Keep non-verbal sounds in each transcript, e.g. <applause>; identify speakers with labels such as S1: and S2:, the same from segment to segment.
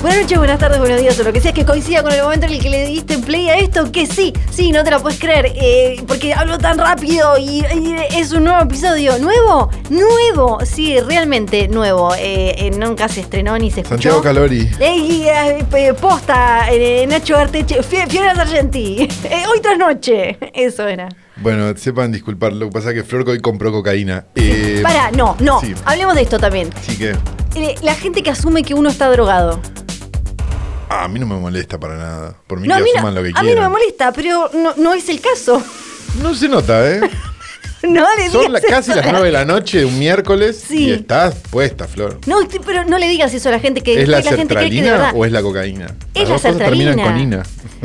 S1: Buenas noches, buenas tardes, buenos días o lo que sea que coincida con el momento en el que le diste play a esto, que sí, sí, no te la puedes creer, eh, porque hablo tan rápido y, y es un nuevo episodio, nuevo, nuevo, sí, realmente nuevo, eh, eh, nunca se estrenó ni se escuchó.
S2: Santiago Calori.
S1: Ey, eh, eh, posta, eh, Nacho Arteche, Fie- Fiorella Sargenti, <laughs> Eh, hoy tras noche, <laughs> eso era.
S2: Bueno, sepan disculpar, lo que pasa es que Florco hoy compró cocaína. Eh,
S1: Para, no, no,
S2: Sí,
S1: hablemos de esto también.
S2: así que
S1: Eh, La gente que asume que uno está drogado.
S2: ah, a mí no me molesta para nada. Por mí
S1: No, a
S2: que
S1: mí no,
S2: asuman lo que
S1: a
S2: quieran.
S1: mí no me molesta, pero no, no es el caso.
S2: No se nota,
S1: <laughs>
S2: ¿eh?
S1: No le
S2: Son la-
S1: digas
S2: casi
S1: eso a
S2: las 9 de la noche de un miércoles
S1: Sí.
S2: y estás puesta, Flor.
S1: No, sí, pero no le digas eso a Eh, la gente que
S2: ¿Es la
S1: que gente cree que de
S2: sertralina
S1: verdad.
S2: o es la cocaína?
S1: Es
S2: Las
S1: la
S2: dos cosas
S1: sertralina.
S2: terminan con ina.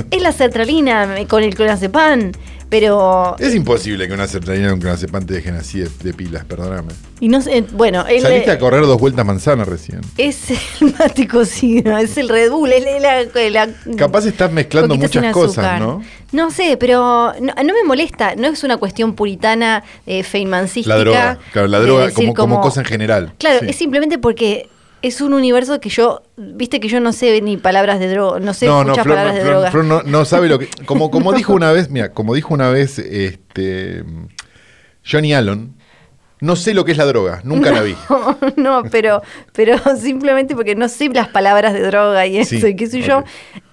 S1: Es la sertralina eh, con el clonazepam, pero
S2: Es imposible que una sertralina con clonazepam te dejen así de, de pilas, perdóname.
S1: y no sé, eh, bueno, él
S2: Saliste a correr dos vueltas manzana recién.
S1: es el <laughs> mate cocido, es el Red Bull, es la, la- la-
S2: Capaz estás mezclando
S1: coquita sin
S2: muchas cosas,
S1: azúcar.
S2: ¿no?
S1: No sé, pero no, no me molesta, no es una cuestión puritana, eh, feinmancística.
S2: La droga, claro, la
S1: de
S2: droga
S1: decir
S2: como, como cosa en general.
S1: Claro,
S2: sí.
S1: es simplemente porque es un universo que yo, viste que yo no sé ni palabras de droga, no sé
S2: No, no,
S1: muchas
S2: Flor,
S1: palabras
S2: no,
S1: de
S2: Flor-
S1: droga.
S2: Flor no, no sabe
S1: <laughs>
S2: lo que. Como, como dijo una vez, mira, como dijo una vez este Johnny Allen, no sé lo que es la droga, nunca la vi.
S1: <laughs> no, pero, pero <laughs> simplemente porque no sé las palabras de droga y eso,
S2: Sí,
S1: y qué sé yo.
S2: ok.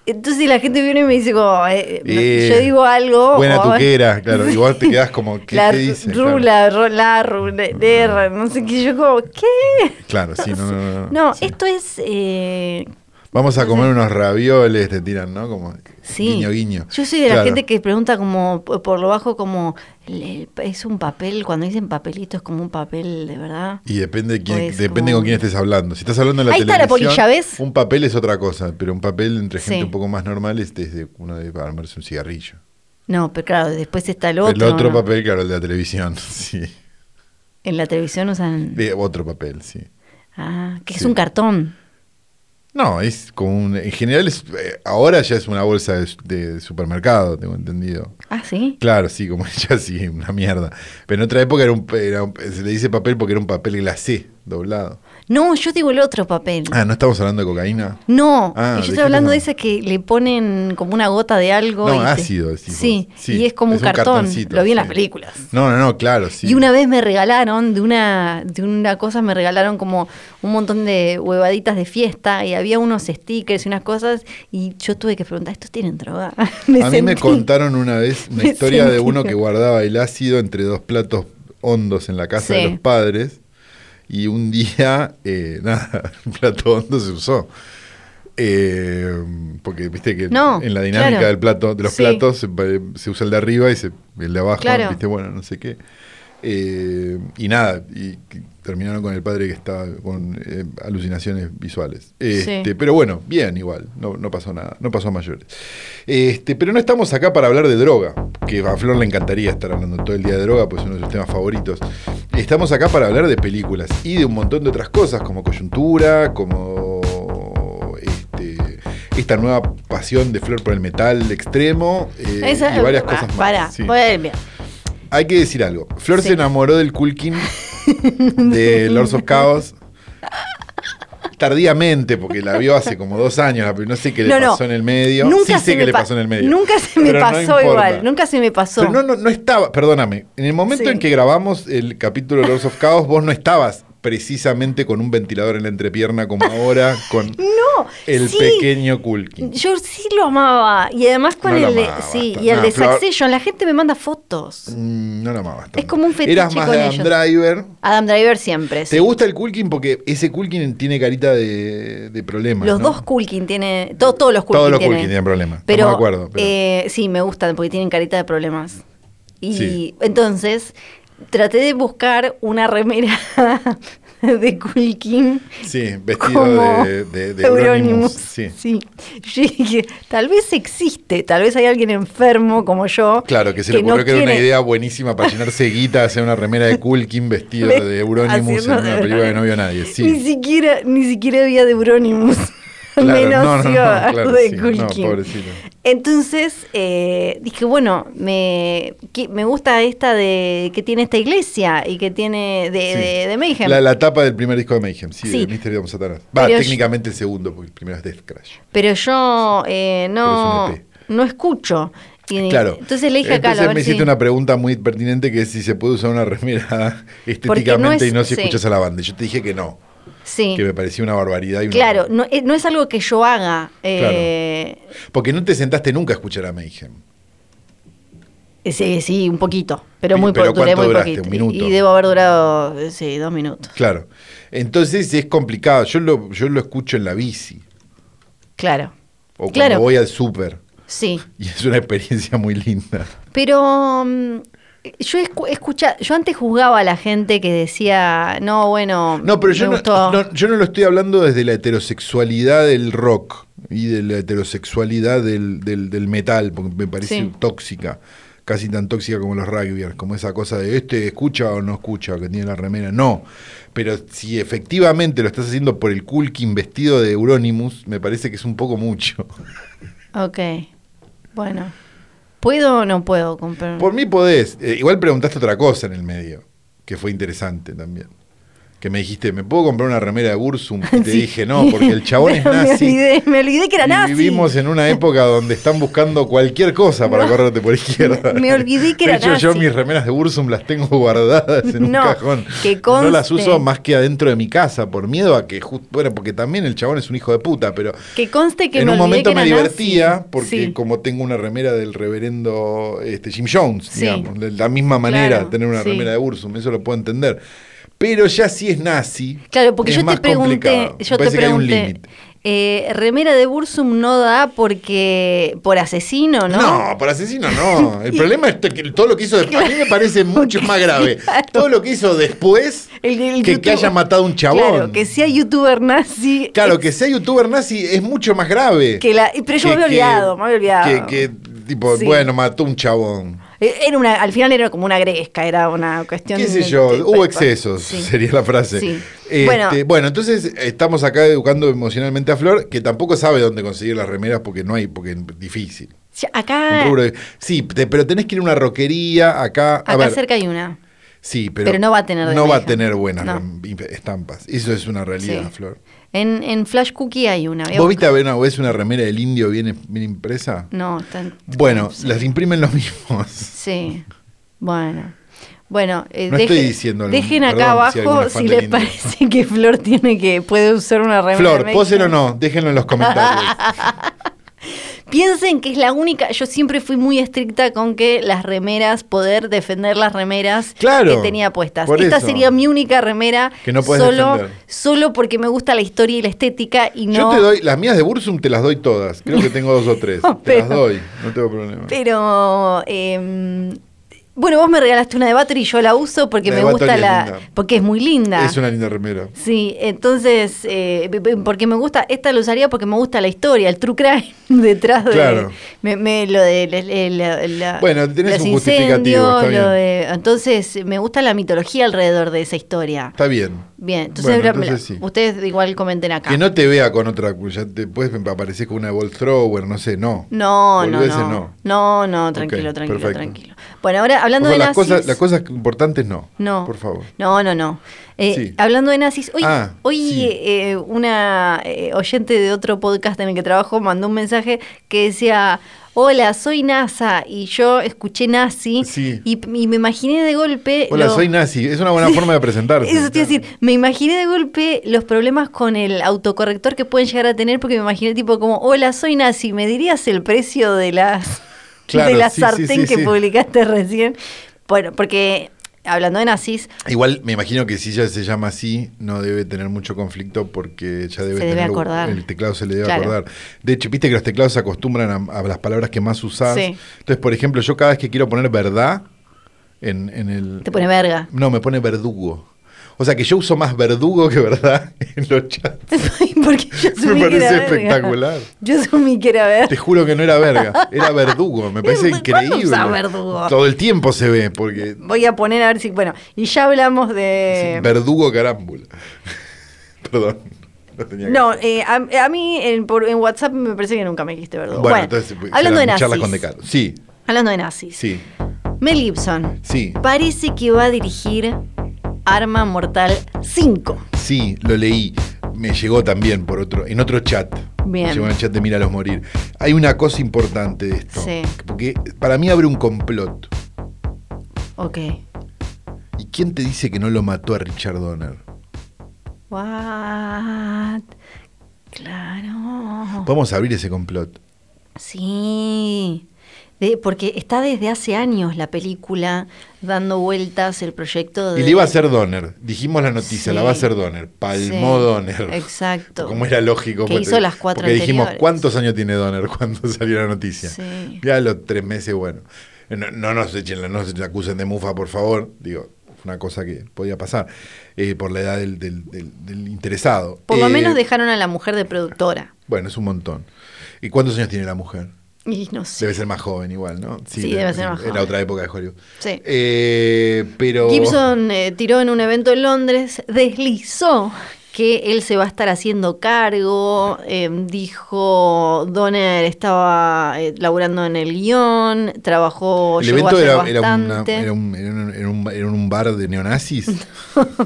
S1: Entonces la gente viene y me dice como, eh, no,
S2: Eh,
S1: yo digo algo.
S2: Buena
S1: o- <laughs>
S2: tuquera, claro. Igual te quedás como, ¿qué
S1: la
S2: te dice? Claro.
S1: rula, ro- la rulera, no sé qué, yo como, ¿qué?
S2: <laughs> Claro, sí, no, no, no, no.
S1: No,
S2: Sí.
S1: esto es... eh,
S2: Vamos a comer unos ravioles, te tiran, ¿no? Como
S1: Sí.
S2: guiño, guiño.
S1: Yo soy de la
S2: Claro.
S1: gente que pregunta como p- por lo bajo como le- es un papel, cuando dicen papelito es como un papel de verdad.
S2: Y depende, de quién,
S1: Pues,
S2: depende
S1: como-
S2: con quién estés hablando. Si estás hablando en la
S1: Ahí está la
S2: televisión,
S1: polilla, ¿ves?
S2: un papel es otra cosa, pero un papel entre gente
S1: Sí.
S2: un poco más normal es desde uno debe armarse un cigarrillo.
S1: No, pero claro, después está el otro.
S2: El otro
S1: ¿no?
S2: papel, claro, el de la televisión, <laughs> sí.
S1: En la televisión usan
S2: De otro papel, sí.
S1: ah, que es
S2: Sí.
S1: un cartón.
S2: No, es como un... En general, es, eh, ahora ya es una bolsa de, de supermercado, tengo entendido.
S1: Ah, sí.
S2: Claro, sí, como <laughs> ya sí, una mierda. Pero en otra época era un, era un- se le dice papel porque era un papel glacé, doblado.
S1: No, yo digo el otro papel.
S2: Ah, ¿no estamos hablando de cocaína?
S1: No, y yo
S2: Ah, ¿de
S1: estoy
S2: qué
S1: hablando
S2: estamos?
S1: de esa que le ponen como una gota de algo.
S2: No,
S1: y te-
S2: ácido, decís
S1: Sí,
S2: vos. Sí,
S1: y es como
S2: es
S1: un
S2: un
S1: cartón.
S2: cartoncito,
S1: Lo vi en las
S2: sí.
S1: películas.
S2: No, no, no, claro, sí.
S1: Y una vez me regalaron de una, de una cosa, me regalaron como un montón de huevaditas de fiesta y había unos stickers y unas cosas y yo tuve que preguntar, ¿estos tienen droga? <laughs>
S2: A mí me
S1: sentí-
S2: contaron una vez una
S1: Me
S2: historia de
S1: sentí-
S2: uno que guardaba el ácido entre dos platos hondos en la casa
S1: Sí.
S2: de los padres y un día, eh, <laughs> nada, el plato hondo se usó. Eh, porque viste que
S1: No,
S2: en la dinámica
S1: claro.
S2: del plato, de los
S1: Sí.
S2: platos se, eh, se usa el de arriba y se, el de abajo,
S1: Claro.
S2: viste, bueno, no sé qué. Eh, y nada, y que terminaron con el padre que estaba con eh, alucinaciones visuales. Este,
S1: Sí.
S2: Pero bueno, bien igual, no, no pasó nada, no pasó a mayores. Este, pero no estamos acá para hablar de droga, que a Flor le encantaría estar hablando todo el día de droga, pues es uno de sus temas favoritos. Estamos acá para hablar de películas y de un montón de otras cosas, como coyuntura, como este, esta nueva pasión de Flor por el metal extremo eh,
S1: <laughs> Esa-
S2: y varias
S1: ah,
S2: cosas más.
S1: Pará,
S2: Sí.
S1: voy a ver,
S2: Hay que decir algo. Flor
S1: Sí.
S2: se enamoró
S1: <laughs>
S2: del Kulkin de Lords of Chaos. Tardíamente, porque la vio hace como dos años, la- no sé qué le
S1: No, no.
S2: pasó en el medio. sí
S1: Nunca
S2: sé
S1: se
S2: que
S1: me
S2: le
S1: pa-
S2: pasó en el medio.
S1: Nunca se me
S2: Pero no
S1: pasó
S2: importa.
S1: igual, nunca se me pasó.
S2: Pero no, no, no estaba, perdóname, en el momento
S1: Sí.
S2: en que grabamos el capítulo de Lords of Chaos, vos no estabas precisamente con un ventilador en la entrepierna como ahora,
S1: <laughs>
S2: con
S1: No,
S2: el
S1: sí.
S2: pequeño Kulkin.
S1: Yo sí lo amaba y además con
S2: No lo
S1: el de,
S2: amabas,
S1: sí,
S2: ta-
S1: y el
S2: no,
S1: de
S2: Flor-
S1: Succession, la gente me manda fotos.
S2: Mm, No lo amabas tanto.
S1: como un fetiche
S2: Eras más
S1: con
S2: de
S1: ellos.
S2: Driver.
S1: Adam Driver siempre. sí.
S2: ¿Te gusta el Kulkin? Porque ese Kulkin tiene carita de, de problema.
S1: Los
S2: ¿no?
S1: dos Kulkin tienen. to- todos los Kulkin
S2: Todos los
S1: tienen,
S2: Kulkin tienen problemas.
S1: Pero,
S2: Estamos de acuerdo. pero-
S1: eh, sí, me gustan porque tienen carita de problemas. Y
S2: Sí.
S1: entonces traté de buscar una remera <laughs> de Culkin.
S2: Sí, vestido de, de,
S1: <laughs>
S2: de Euronymous, Sí.
S1: Yo dije, tal vez existe, tal vez hay alguien enfermo como yo.
S2: Claro, que se le ocurrió
S1: no
S2: que era una
S1: quiere- <laughs>
S2: idea buenísima para llenarse de guita, hacer una remera de Kulkin vestido de Euronymous en
S1: Haciendo de
S2: una película que no vio nadie.
S1: Ni
S2: Sí.
S1: siquiera, ni siquiera había de Bronimus.
S2: <laughs> Claro,
S1: Menos
S2: no, no, no,
S1: yo
S2: claro,
S1: de
S2: sí, no,
S1: Culkin.
S2: pobrecito.
S1: Entonces eh, dije, bueno, me, que- me gusta esta de que tiene esta iglesia y que tiene de,
S2: Sí.
S1: de, de Mayhem.
S2: La, la tapa del primer disco de Mayhem, sí,
S1: Sí.
S2: de Mystery of Satanás. Va,
S1: Pero yo-
S2: técnicamente el segundo, porque el primero es Death Crash.
S1: Pero yo eh, no,
S2: Pero es un E
S1: no escucho. Y-
S2: Claro.
S1: Entonces le dije acá, a
S2: Entonces
S1: Calo, a ver
S2: me hiciste
S1: si-
S2: una pregunta muy pertinente que es si se puede usar una remera estéticamente y
S1: es-
S2: no si
S1: sí.
S2: escuchas a la banda. Yo te dije que no,
S1: sí.
S2: que me parecía una barbaridad. Y una-
S1: Claro, no, eh, no es algo que yo haga. eh,
S2: Porque no te sentaste nunca a escuchar a Mayhem.
S1: eh, Sí, sí, un poquito, pero
S2: Sí,
S1: muy,
S2: pero
S1: poco, duré
S2: ¿cuánto
S1: muy
S2: duraste?
S1: poquito.
S2: ¿Un minuto?
S1: Y debo haber durado, eh, sí, dos minutos.
S2: Claro. Entonces es complicado. Yo lo, yo lo escucho en la bici
S1: Claro.
S2: o cuando
S1: Claro.
S2: voy al súper.
S1: Sí.
S2: Y es una <laughs> experiencia muy linda.
S1: Pero mm, yo escu- escucha, yo antes juzgaba a la gente que decía, no, bueno,
S2: No, pero
S1: me
S2: yo no,
S1: gustó".
S2: no, yo no lo estoy hablando desde la heterosexualidad del rock y de la heterosexualidad del, del- del metal, porque me parece
S1: Sí.
S2: tóxica, casi tan tóxica como los rugbyers, como esa cosa de este escucha o no escucha, que tiene la remera. No, pero si efectivamente lo estás haciendo por el Kulkin vestido de Euronymous, me parece que es un poco mucho.
S1: Ok, bueno. ¿Puedo o no puedo comprar?
S2: Por mí podés. Eh, igual preguntaste otra cosa en el medio, que fue interesante también. Que me dijiste, ¿me puedo comprar una remera de
S1: <laughs>
S2: Bursum? Y te
S1: Sí.
S2: dije, no, porque
S1: <laughs>
S2: el chabón es
S1: me
S2: nazi.
S1: olvidé, me olvidé que era
S2: Y
S1: nazi.
S2: Vivimos en una época donde están buscando cualquier cosa para
S1: No.
S2: correrte por izquierda.
S1: Me- <laughs> me olvidé que
S2: De
S1: era
S2: hecho, yo
S1: nazi.
S2: mis remeras de Bursum las tengo guardadas en un
S1: No,
S2: cajón.
S1: que
S2: no las
S1: conste.
S2: uso más que adentro de mi casa, por miedo a que justo. Bueno, porque también el chabón es un hijo de puta, pero
S1: Que conste que
S2: en
S1: me
S2: un
S1: olvidé
S2: momento
S1: que
S2: me
S1: era
S2: divertía
S1: nazi.
S2: porque
S1: Sí.
S2: como tengo una remera del reverendo este, Jim Jones,
S1: Sí.
S2: digamos, de la misma manera
S1: Claro,
S2: tener una
S1: sí.
S2: remera de Bursum, eso lo puedo entender. Pero ya si es nazi,
S1: Claro, porque
S2: es
S1: yo
S2: más
S1: te pregunté,
S2: complicado. Me
S1: yo te
S2: parece que hay un
S1: pregunté,
S2: límite.
S1: eh, remera de Bursum no da porque por asesino, ¿no?
S2: No, por asesino no.
S1: <laughs>
S2: El problema es que todo lo que hizo después. A mí me parece mucho más grave.
S1: Claro.
S2: Todo lo que hizo después
S1: El- el
S2: que, que
S1: youtuber-
S2: haya matado a un chabón.
S1: Claro, que sea youtuber nazi.
S2: Claro, que sea youtuber nazi es mucho más grave.
S1: Que la- pero yo me había olvidado, me había olvidado.
S2: Que, que, tipo,
S1: Sí.
S2: bueno, mató un chabón.
S1: eh, Era una, al final era como una gresca, era una cuestión.
S2: ¿Qué sé
S1: de-
S2: yo?
S1: de-
S2: Hubo excesos,
S1: Sí.
S2: sería la frase.
S1: Sí.
S2: Este, bueno.
S1: Bueno.
S2: entonces estamos acá educando emocionalmente a Flor, que tampoco sabe dónde conseguir las remeras porque no hay, porque es difícil.
S1: Sí,
S2: Un
S1: Acá,
S2: rubro de- sí, te- pero tenés que ir a una roquería acá. A
S1: acá
S2: ver,
S1: cerca hay una.
S2: Sí, pero,
S1: Pero no va a tener de
S2: no va a
S1: Mayhem.
S2: tener buenas
S1: No.
S2: rem- estampas. Eso es una realidad,
S1: Sí.
S2: Flor.
S1: En, en Flash Cookie hay una. Voy a
S2: ¿Vos
S1: buscar.
S2: viste a ver una vez una remera del indio bien, bien impresa?
S1: No, están.
S2: Bueno, las imprimen los mismos.
S1: Sí, bueno. Bueno, eh,
S2: No estoy diciendo algún-
S1: dejen acá
S2: perdón, si alguna
S1: abajo
S2: fan
S1: si,
S2: del
S1: les
S2: Inter.
S1: parece que Flor tiene que puede usar una <laughs> remera.
S2: Flor,
S1: Mayhem.
S2: póselo o no, déjenlo en los comentarios.
S1: Piensen que es la única, yo siempre fui muy estricta con que las remeras, poder defender las remeras
S2: Claro,
S1: que tenía puestas.
S2: por
S1: Esta
S2: eso.
S1: sería mi única remera
S2: Que no podés
S1: solo,
S2: defender.
S1: solo porque me gusta la historia y la estética y <laughs> no
S2: Yo te doy, las mías de Bursum te las doy todas. Creo que tengo dos o tres.
S1: <laughs> No,
S2: te las
S1: pero-
S2: doy, no tengo problema.
S1: Pero eh, bueno, vos me regalaste una de Battery y yo la uso porque
S2: La de
S1: me gusta
S2: Battery es
S1: la.
S2: linda.
S1: porque es muy linda.
S2: Es una linda remera.
S1: Sí, entonces, eh, b- b- porque me gusta, esta lo usaría porque me gusta la historia, el true crime <laughs> detrás de
S2: Claro.
S1: me, me- lo de la- la- la-
S2: Bueno, tenés
S1: los
S2: un
S1: incendios,
S2: justificativo, está
S1: lo
S2: bien.
S1: de- entonces eh, me gusta la mitología alrededor de esa historia.
S2: Está bien.
S1: Bien, entonces,
S2: Bueno,
S1: la- me la-
S2: entonces sí.
S1: ustedes igual comenten acá.
S2: Que no te vea con otra, ya te puedes aparecer con una ball thrower, no sé, no.
S1: no, no,
S2: Boludeces,
S1: no, no,
S2: no.
S1: no, tranquilo,
S2: Ok,
S1: tranquilo,
S2: perfecto.
S1: tranquilo. Bueno, ahora hablando
S2: Ojo,
S1: de
S2: las,
S1: nazis,
S2: cosas, las cosas importantes no.
S1: No.
S2: Por favor.
S1: No, no, no. Eh,
S2: Sí.
S1: Hablando de nazis, hoy,
S2: Ah,
S1: hoy
S2: sí.
S1: eh, una eh, oyente de otro podcast en el que trabajo mandó un mensaje que decía, hola, soy NASA y yo escuché nazi
S2: Sí.
S1: y, y me imaginé de golpe...
S2: Hola,
S1: lo-
S2: soy nazi. Es una buena forma de presentarse.
S1: Eh, Eso te iba a decir, me imaginé de golpe los problemas con el autocorrector que pueden llegar a tener porque me imaginé tipo como, hola, soy nazi, ¿me dirías el precio de las
S2: Claro,
S1: de la
S2: sí, sí,
S1: sartén
S2: sí,
S1: que
S2: sí.
S1: publicaste recién? Bueno, porque hablando de nazis,
S2: Igual me imagino que si ya se llama así, no debe tener mucho conflicto porque ya
S1: Se debe
S2: debe tener un-
S1: acordar.
S2: el teclado se le debe
S1: Claro.
S2: acordar. De hecho, viste que los teclados se acostumbran a, a las palabras que más usás.
S1: Sí.
S2: Entonces, por ejemplo, yo cada vez que quiero poner verdad en, en el.
S1: te pone verga. <laughs>
S2: No, me pone verdugo. O sea que yo uso más verdugo que verdad en los chats.
S1: Porque yo
S2: <laughs>
S1: asumí
S2: Me
S1: que era
S2: parece
S1: verga.
S2: espectacular.
S1: <laughs> Yo asumí que era verga.
S2: Te juro que no era verga, era verdugo.
S1: <laughs>
S2: Me parece
S1: ¿Cuándo usás
S2: increíble.
S1: verdugo?
S2: Todo el tiempo se ve, porque.
S1: Voy a poner a ver si. Bueno, y ya hablamos de.
S2: Verdugo carámbula. <laughs> Perdón. lo tenía que-
S1: No, eh, a, a mí en, por- en WhatsApp me parece que nunca me dijiste verdad.
S2: Bueno, entonces. pues,
S1: hablando de
S2: serán
S1: nazis.
S2: Charlas con Decaro. Sí,
S1: Hablando de nazis.
S2: sí,
S1: Mel Gibson
S2: sí,
S1: parece que va a dirigir Arma Mortal 5.
S2: sí, lo leí. Me llegó también por otro, en otro chat.
S1: Bien.
S2: Me Llegó en el chat de Míralos Morir. Hay una cosa importante de esto.
S1: Sí.
S2: Porque para mí abre un complot.
S1: Ok.
S2: ¿Y quién te dice que no lo mató a Richard Donner?
S1: What? Claro.
S2: Vamos a abrir ese complot.
S1: Sí. De- porque está desde hace años la película dando vueltas el proyecto de.
S2: Y le iba a hacer Donner. Dijimos la noticia,
S1: Sí.
S2: la va a hacer Donner. Palmó
S1: Sí,
S2: Donner.
S1: exacto.
S2: Como era lógico.
S1: Que
S2: porque-
S1: hizo las cuatro
S2: Porque dijimos,
S1: anteriores.
S2: ¿cuántos años tiene Donner <laughs> cuando salió la noticia?
S1: Sí.
S2: Ya a los tres meses, bueno. No, no nos echen, la- no nos acusen de mufa, por favor. Digo, fue una cosa que podía pasar eh, por la edad del, del- del- del interesado.
S1: Por lo
S2: Eh,
S1: menos dejaron a la mujer de productora.
S2: Bueno, es un montón. ¿Y cuántos años tiene la mujer?
S1: Y no sé.
S2: Debe ser más joven igual, ¿no?
S1: Sí, debe ser más joven.
S2: Era otra época de Hollywood.
S1: Sí.
S2: Eh, pero...
S1: Gibson eh, tiró en un evento en Londres, deslizó que él se va a estar haciendo cargo, eh, dijo Donner estaba eh, laburando en el guión, trabajó...
S2: El
S1: llegó a
S2: evento
S1: hacer
S2: era, era una-
S1: bastante.
S2: era un, era un- era un- era un bar
S1: <laughs>
S2: de neonazis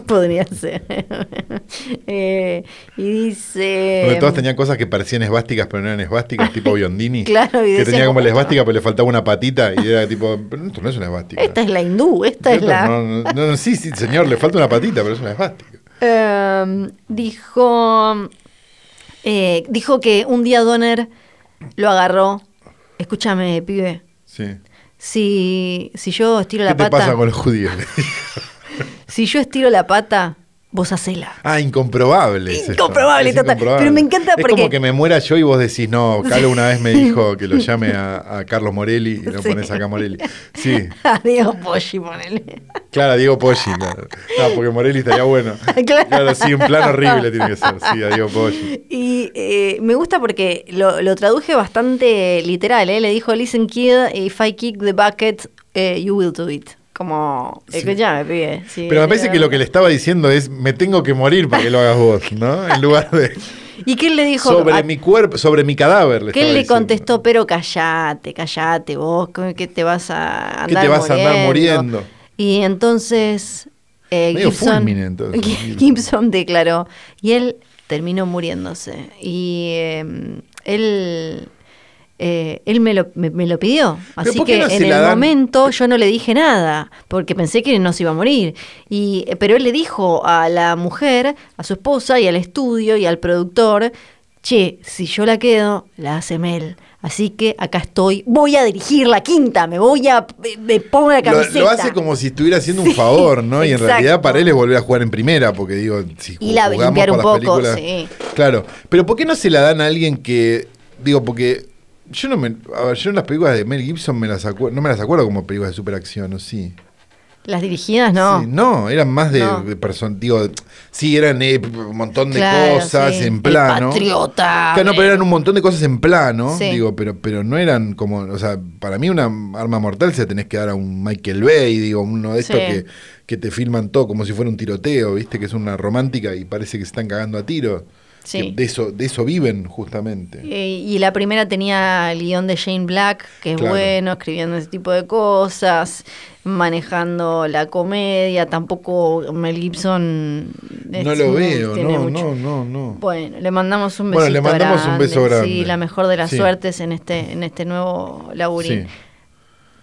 S1: Podría ser. <laughs> Eh, y dice...
S2: donde todas tenían cosas que parecían esvásticas pero no
S1: <laughs>
S2: eran esvásticas, tipo Biondini.
S1: Claro, y
S2: que
S1: decían
S2: tenía como la
S1: como-
S2: esvástica pero le faltaba una patita y era tipo, pero esto no es una esvástica.
S1: Esta es la hindú, esta es
S2: Esto
S1: la...
S2: no, no, no, no, sí, sí, señor, le falta una patita, pero es una esvástica.
S1: Em, dijo, eh, dijo que un día Donner lo agarró. Escúchame, pibe.
S2: Sí.
S1: Si, si yo estiro
S2: ¿Qué
S1: la
S2: te
S1: pata.
S2: pasa con los judíos? <laughs>
S1: Si yo estiro la pata, vos hacela. <laughs>
S2: ah, incomprobable. es esto.
S1: Incomprobable,
S2: Es
S1: total. Pero me encanta
S2: Es
S1: porque-
S2: como que me muera yo y vos decís, no, Carlos
S1: <laughs>
S2: una vez me dijo que lo llame a, a Carlos Morelli y lo
S1: Sí.
S2: pones acá a Morelli.
S1: <laughs>
S2: Sí.
S1: Adiós, Poggi, ponele.
S2: Claro, Diego Poggi. Claro. No, porque Morelli estaría bueno.
S1: <laughs> Claro.
S2: Claro. sí, un plan horrible tiene que ser. Sí, a Diego Poggi.
S1: Y eh, me gusta porque lo, lo traduje bastante literal. ¿eh? Le dijo, listen kid, if I kick the bucket, eh, you will do it. Como,
S2: Sí.
S1: escuchame, pibe. Sí,
S2: Pero me parece que lo que le estaba diciendo es: me tengo que morir para que lo hagas vos, ¿no? En lugar de.
S1: Y que él le <laughs> dijo...
S2: Sobre
S1: a-
S2: mi cuerpo, sobre mi cadáver. Le
S1: Que
S2: estaba
S1: él le
S2: diciendo.
S1: contestó, pero callate, callate vos, que te vas a andar
S2: ¿Qué te vas a andar muriendo?
S1: Y entonces eh,
S2: Medio
S1: Gibson, <laughs>
S2: fulmine, entonces.
S1: Gibson declaró, y él terminó muriéndose. Y eh, él, eh, él me, lo, me, me lo pidió, así
S2: por qué
S1: que
S2: no
S1: en
S2: se
S1: el
S2: la dan?
S1: momento yo no le dije nada, porque pensé que no se iba a morir. Y, eh, pero él le dijo a la mujer, a su esposa y al estudio y al productor, che, si yo la quedo, la hace Mel. Así que acá estoy, voy a dirigir la quinta, me voy a, me- me pongo la
S2: Lo-
S1: camiseta.
S2: Lo, hace como si estuviera haciendo un favor, ¿no? Y en
S1: exacto.
S2: realidad para él es volver a jugar en primera, porque digo, si
S1: Y la-
S2: jugamos
S1: limpiar un
S2: para las
S1: poco,
S2: películas-
S1: sí.
S2: Claro, pero ¿por qué no se la dan a alguien que, digo, porque yo no me, a ver, yo en las películas de Mel Gibson me las acuer- no me las acuerdo como películas de superacción, ¿o sí?
S1: Las dirigidas, no.
S2: Sí, no, eran más de,
S1: No.
S2: de person- digo, sí, eran eh, un montón de
S1: Claro,
S2: cosas
S1: sí.
S2: en
S1: El
S2: plano.
S1: patriota. eh.
S2: Claro, no, pero eran un montón de cosas en plano,
S1: Sí.
S2: digo, pero, pero no eran como, o sea, para mí una arma mortal se tenés que dar a un Michael Bay, digo, uno de estos
S1: Sí.
S2: que, que te filman todo como si fuera un tiroteo, viste, que es una romántica y parece que se están cagando a tiros.
S1: Sí.
S2: Que De eso, de eso viven justamente.
S1: Eh, Y la primera tenía el guión de Jane Black, que es
S2: Claro.
S1: bueno, escribiendo ese tipo de cosas, manejando la comedia. Tampoco Mel Gibson. es-
S2: no lo veo,
S1: tiene
S2: no,
S1: mucho.
S2: no, no, no.
S1: Bueno, le mandamos un besito
S2: Bueno, le mandamos un beso grande.
S1: Sí, la mejor de las
S2: Sí.
S1: suertes en este, en este nuevo laburín.
S2: Sí.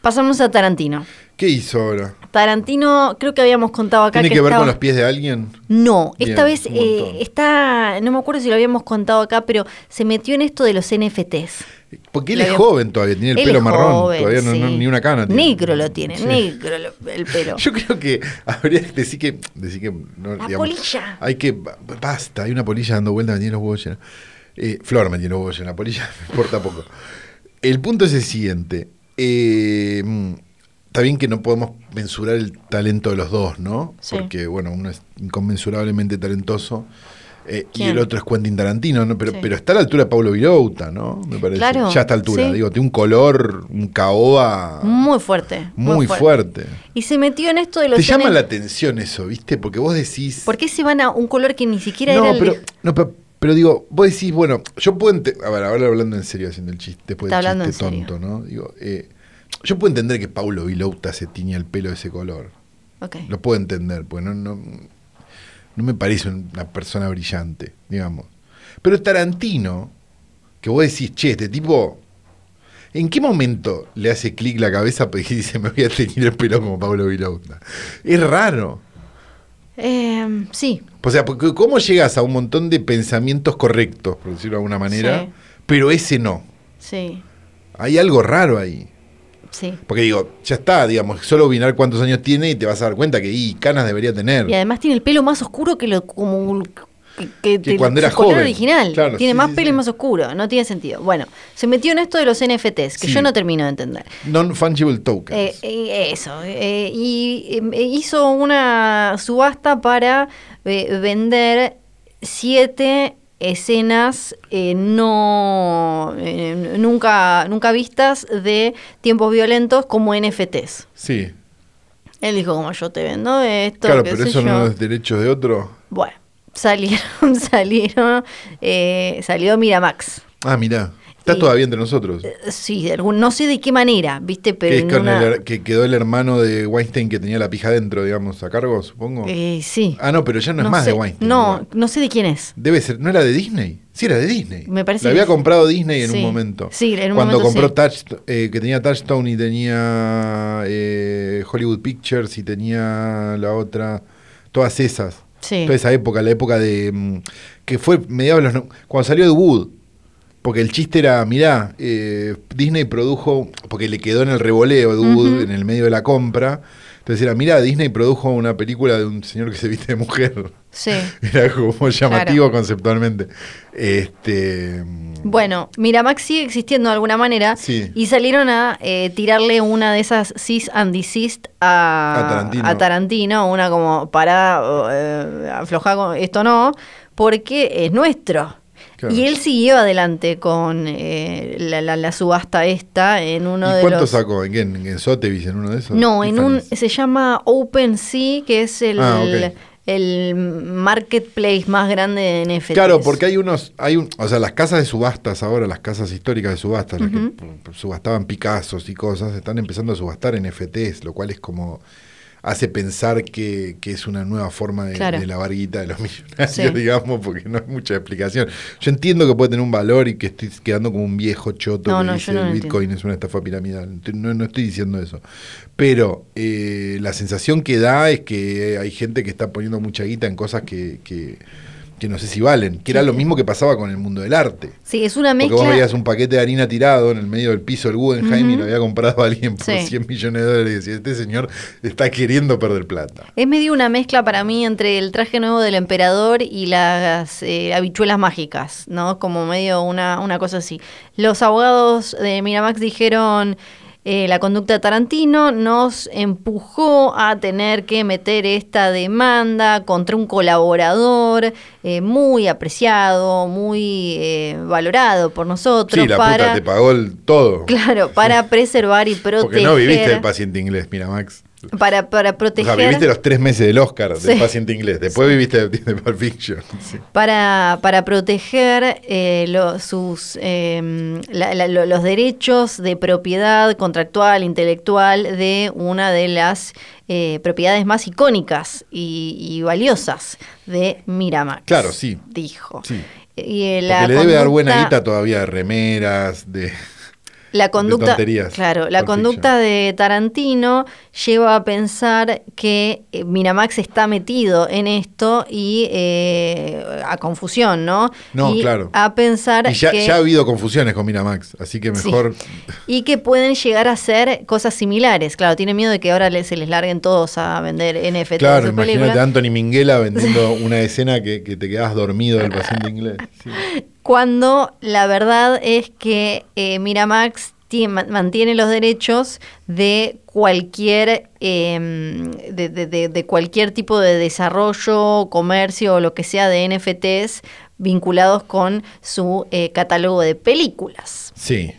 S1: Pasamos a Tarantino.
S2: ¿Qué hizo ahora?
S1: Tarantino, creo que habíamos contado acá
S2: ¿Tiene
S1: que
S2: que ver
S1: estaba-
S2: con los pies de alguien?
S1: no,
S2: Bien,
S1: esta vez
S2: un
S1: eh,
S2: montón.
S1: está, no me acuerdo si lo habíamos contado acá, pero se metió en esto de los NFTs.
S2: Porque él
S1: Lo
S2: es
S1: habíamos-
S2: joven todavía, tiene el
S1: Él
S2: pelo
S1: es
S2: marrón,
S1: joven,
S2: todavía no, no-
S1: sí.
S2: ni una cana. tiene.
S1: Negro lo tiene,
S2: Sí.
S1: negro lo-
S2: <laughs>
S1: el pelo.
S2: Yo creo que habría que decir que. Decir que no,
S1: La polilla.
S2: Hay que. ba- Basta, hay una polilla dando vueltas, me tiene los huevos llenos. Eh, Flor <laughs> me tiene los huevos llenos, la polilla me importa poco. El punto es el siguiente. eh, mm, Está bien que no podemos mensurar el talento de los dos, ¿no?
S1: Sí.
S2: Porque, bueno, uno es inconmensurablemente talentoso eh, y
S1: ¿Quién?
S2: el otro es Quentin Tarantino, ¿no? Pero,
S1: Sí.
S2: pero está a la altura de Pablo Virouta, ¿no? Me parece.
S1: Claro,
S2: Ya a esta altura,
S1: sí.
S2: digo, tiene un color, un caoba
S1: Muy fuerte.
S2: muy, fuerte.
S1: Y se metió en esto de los
S2: Te llama
S1: genes-
S2: la atención eso, ¿viste? Porque vos decís...
S1: ¿Por qué se van a un color que ni siquiera
S2: no,
S1: era el
S2: pero,
S1: de-
S2: no, pero, pero digo, vos decís, bueno, yo puedo entender. A ver, ahora hablando en serio, haciendo el chiste, después
S1: Está
S2: del
S1: hablando
S2: chiste
S1: en serio.
S2: tonto, ¿no? Digo, eh, yo puedo entender que Paulo Vilouta se tiña el pelo de ese color.
S1: Ok.
S2: Lo puedo entender, porque no, no, no me parece una persona brillante, digamos. Pero Tarantino, que vos decís, che, este tipo. ¿En qué momento le hace clic la cabeza y <laughs> dice, me voy a teñir el pelo como Pablo Vilouta? Es raro.
S1: Eh, sí,
S2: O sea, porque ¿cómo llegas a un montón de pensamientos correctos, por decirlo de alguna manera?
S1: Sí.
S2: Pero ese no.
S1: sí,
S2: Hay algo raro ahí.
S1: sí.
S2: Porque digo, ya está, digamos, solo mirar cuántos años tiene y te vas a dar cuenta que, y canas debería tener.
S1: Y además tiene el pelo más oscuro que lo como que,
S2: Que cuando
S1: su
S2: era
S1: color
S2: joven.
S1: original.
S2: Claro,
S1: tiene
S2: sí,
S1: más
S2: sí,
S1: pelo
S2: sí.
S1: y más oscuro, no tiene sentido. Bueno, se metió en esto de los NFTs, que
S2: Sí.
S1: yo no termino de entender.
S2: Non-fungible tokens.
S1: Eh, eh, eso. eh, y em, eh, hizo una subasta para eh, vender siete escenas eh, no eh, nunca nunca vistas de tiempos violentos como NFTs.
S2: sí.
S1: Él dijo como yo te vendo esto.
S2: Claro,
S1: qué
S2: pero
S1: sé
S2: eso
S1: yo".
S2: no es derecho de otro.
S1: Bueno, salieron, <laughs> salieron, eh, salió Miramax.
S2: Ah, mirá. Está
S1: Y-
S2: todavía entre nosotros.
S1: Eh, Sí, de algún, no sé de qué manera, viste, pero
S2: que, es
S1: en
S2: con
S1: una-
S2: el her- que quedó el hermano de Weinstein que tenía la pija dentro, digamos, a cargo, supongo.
S1: Eh, sí.
S2: ah, no, pero ya no, es más
S1: sé,
S2: de Weinstein.
S1: No,
S2: igual.
S1: no sé de quién es.
S2: Debe ser, ¿no era de Disney? Sí, era de Disney.
S1: Me parece
S2: La
S1: que
S2: había
S1: sí.
S2: comprado Disney en
S1: Sí.
S2: un momento.
S1: Sí, en un
S2: Cuando
S1: momento
S2: compró
S1: sí.
S2: Touchst- eh, que tenía Touchstone y tenía eh, Hollywood Pictures y tenía la otra, todas esas.
S1: Sí.
S2: Toda esa época, la época de. mm, que fue mediados de los. no- cuando salió de Wood. Porque el chiste era, mirá, eh, Disney produjo, porque le quedó en el revoleo de Wood, en el medio de la compra. Entonces era, mirá, Disney produjo una película de un señor que se viste de mujer.
S1: Sí.
S2: <laughs> Era como llamativo conceptualmente. Este. mm,
S1: Bueno, Miramax sigue existiendo de alguna manera
S2: Sí.
S1: y salieron a eh, tirarle una de esas cis and desist a,
S2: A Tarantino.
S1: a Tarantino, una como para eh, aflojar con esto no, porque es nuestro.
S2: Claro.
S1: Y él siguió adelante con eh, la, la- la subasta esta en uno
S2: ¿Y
S1: de
S2: cuánto
S1: los...
S2: sacó? ¿En qué? ¿En, en Sotheby's? ¿En uno de esos?
S1: No, en un
S2: Tiffany's.
S1: se llama OpenSea, que es el,
S2: Ah, ok.
S1: el marketplace más grande de NFTs.
S2: Claro, porque hay unos, hay un, o sea, las casas de subastas ahora, las casas históricas de subastas, las
S1: Ujú.
S2: que p- subastaban Picassos y cosas, están empezando a subastar NFTs, lo cual es como hace pensar que, que es una nueva forma de,
S1: Claro.
S2: de la barguita de los <laughs> millonarios,
S1: Sí.
S2: digamos, porque no hay mucha explicación. Yo entiendo que puede tener un valor y que estoy quedando como un viejo choto
S1: No,
S2: que
S1: no,
S2: dice
S1: yo no
S2: el
S1: lo
S2: Bitcoin es una estafa piramidal. No, no estoy diciendo eso. Pero eh, la sensación que da es que hay gente que está poniendo mucha guita en cosas que, que, que no sé si valen, que era lo mismo que pasaba con el mundo del arte.
S1: Sí, es una
S2: Porque
S1: mezcla.
S2: vos veías un paquete de harina tirado en el medio del piso del Guggenheim y
S1: Ujú.
S2: lo había comprado alguien por
S1: Sí.
S2: 100 millones de dólares y decía, este señor está queriendo perder plata.
S1: Es medio una mezcla para mí entre el traje nuevo del emperador y las eh, habichuelas mágicas, ¿no? Como medio una, una cosa así. Los abogados de Miramax dijeron, eh, la conducta de Tarantino nos empujó a tener que meter esta demanda contra un colaborador eh, muy apreciado, muy eh, valorado por nosotros
S2: Sí, la
S1: para...
S2: puta te pagó el todo.
S1: <laughs> Claro, para preservar y proteger.
S2: Porque no viviste el paciente inglés, mira Max.
S1: Para, para
S2: O sea,
S1: proteger.
S2: viviste los tres meses del Oscar del
S1: Sí.
S2: paciente inglés. Después viviste de, de Pulp Fiction. <laughs> Sí.
S1: para, para proteger eh, lo- sus, eh, la- la- lo- los derechos de propiedad contractual, intelectual de una de las eh, propiedades más icónicas y, y valiosas de Miramax.
S2: Claro, sí.
S1: Dijo.
S2: Sí.
S1: Y eh, la
S2: Porque le debe dar buena
S1: conducta-
S2: guita todavía de remeras, de...
S1: la conducta,
S2: tonterías.
S1: claro, la
S2: Pulp
S1: conducta de Tarantino lleva a pensar que eh, Miramax está metido en esto y eh, a confusión, ¿no?
S2: No,
S1: Y
S2: claro.
S1: A pensar
S2: Y ya,
S1: que
S2: ya ha habido confusiones con Miramax, así que
S1: Sí. <laughs>
S2: mejor... <laughs>
S1: y que pueden llegar a hacer cosas similares. Claro, tiene miedo de que ahora le- se les larguen todos a vender NFTs
S2: Claro,
S1: de sus
S2: imagínate
S1: películas.
S2: a Anthony
S1: <laughs>
S2: Minghella vendiendo una escena que, que te quedas dormido del paciente inglés. Sí.
S1: cuando la verdad es que eh, Miramax tie- man- mantiene los derechos de cualquier eh, de, de- de- de cualquier tipo de desarrollo, comercio o lo que sea de NFTs vinculados con su eh, catálogo de películas.
S2: Sí.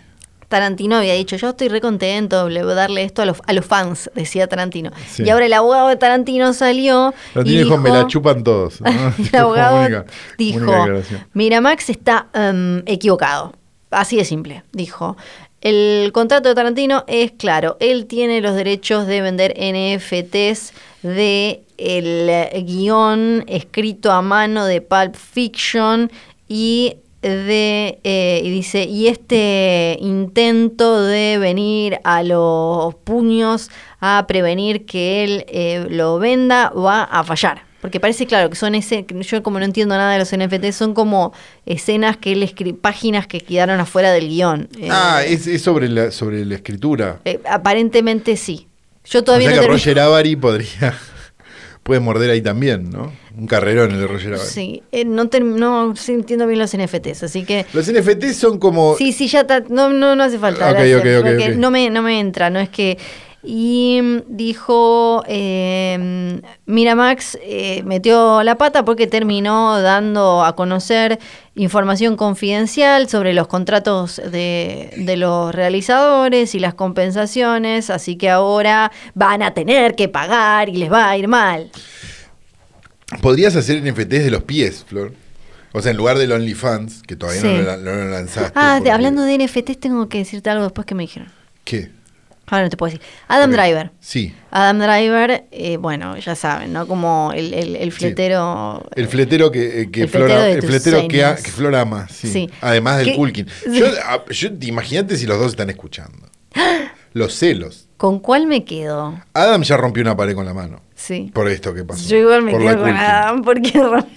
S1: Tarantino había dicho, yo estoy re contento, le voy a darle esto a los, a los fans, decía Tarantino.
S2: Sí.
S1: Y ahora el abogado de Tarantino salió
S2: Pero
S1: y
S2: tiene
S1: dijo,
S2: dijo, me la chupan todos. ¿no?
S1: <laughs> el
S2: Como
S1: abogado
S2: única-
S1: dijo,
S2: única declaración.
S1: Miramax está em, equivocado. Así de simple, dijo. El contrato de Tarantino es claro. Él tiene los derechos de vender NFTs de el eh, guión escrito a mano de Pulp Fiction y de eh, y dice y este intento de venir a los puños a prevenir que él eh, lo venda va a fallar porque parece claro que son ese que yo como no entiendo nada de los NFT son como escenas que él escri- páginas que quedaron afuera del guión Eh,
S2: Ah, es, es sobre, la, sobre la escritura.
S1: eh, aparentemente sí yo
S2: O
S1: todavía
S2: sea que
S1: no terminé-
S2: Roger Avary podría. <laughs> Puede morder ahí también, ¿no? Un carrerón el de Roger Avary.
S1: sí eh, no, ter- no sí entiendo bien los NFTs así que
S2: Los NFTs son como.
S1: Sí, sí, ya está. No, no, no hace falta.
S2: Ok,
S1: gracias,
S2: ok, ok,
S1: porque
S2: ok.
S1: No, me, no me entra, no es que. Y mm, dijo, eh, Miramax eh, metió la pata porque terminó dando a conocer información confidencial sobre los contratos de, de los realizadores y las compensaciones, así que ahora van a tener que pagar y les va a ir mal.
S2: Podrías hacer NFTs de los pies, Flor. O sea, en lugar del OnlyFans, que todavía no,
S1: Sí.
S2: lo, lan- no lo lanzaste.
S1: Ah,
S2: porque-
S1: hablando de NFTs, tengo que decirte algo después que me dijeron.
S2: ¿Qué?
S1: Ahora no te puedo decir. Adam
S2: Ok.
S1: Driver.
S2: Sí.
S1: Adam Driver, eh, bueno, ya saben, ¿no? Como el, el- el fletero.
S2: El fletero que, eh, que
S1: El
S2: Flor,
S1: fletero
S2: a-
S1: de
S2: el
S1: tus
S2: fletero que, a-
S1: sueños.
S2: que Flor ama, sí.
S1: Sí.
S2: Además del
S1: ¿Qué?
S2: Culkin. Yo, a- yo- imagínate si los dos están escuchando. Los celos.
S1: ¿Con cuál me quedo?
S2: Adam ya rompió una pared con la mano.
S1: Sí.
S2: Por esto que pasó.
S1: Yo igual me
S2: por la
S1: quedo con
S2: Culkin.
S1: Adam porque rom-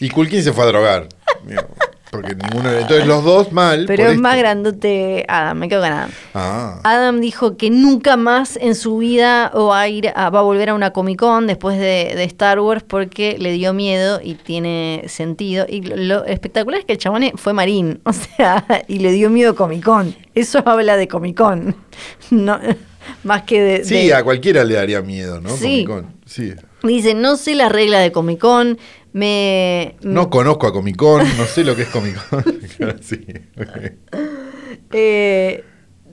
S2: Y Culkin se fue a drogar. Digo, Porque ninguno. Entonces los dos mal.
S1: Pero
S2: por
S1: es
S2: esto.
S1: más grandote Adam, me quedo con Adam.
S2: Ah.
S1: Adam dijo que nunca más en su vida va a, ir a- va a volver a una Comic Con después de, de Star Wars porque le dio miedo y tiene sentido. Y lo, lo espectacular es que el chabón fue marín, <laughs> o sea, y le dio miedo Comic Con. Eso habla de Comic Con, <laughs> no, más que de...
S2: Sí,
S1: de-
S2: a cualquiera le daría miedo, ¿no?
S1: Sí.
S2: Comic-Con. Sí.
S1: Dice, no sé las reglas de Comic Con, me... mm,
S2: No conozco a Comic Con, no sé lo que es Comic
S1: <laughs>
S2: Con. <laughs> Claro, sí, ok.
S1: Eh,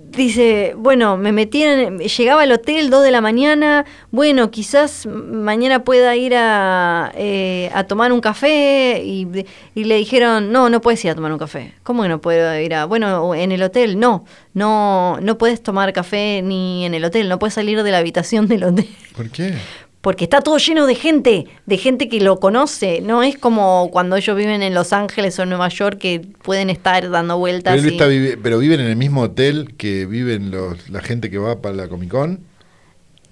S1: dice, bueno, me metían, llegaba al hotel 2 de la mañana, bueno, quizás mañana pueda ir a, eh, a tomar un café y, y le dijeron, no, no puedes ir a tomar un café. ¿Cómo que no puedo ir a, bueno, o en el hotel? No, no, no puedes tomar café ni en el hotel, no puedes salir de la habitación del hotel.
S2: ¿Por qué?
S1: Porque está todo lleno de gente, de gente que lo conoce. No es como cuando ellos viven en Los Ángeles o en Nueva York que pueden estar dando vueltas.
S2: Pero, él
S1: y-
S2: está vivi- pero viven en el mismo hotel que viven los, la gente que va para la Comic Con.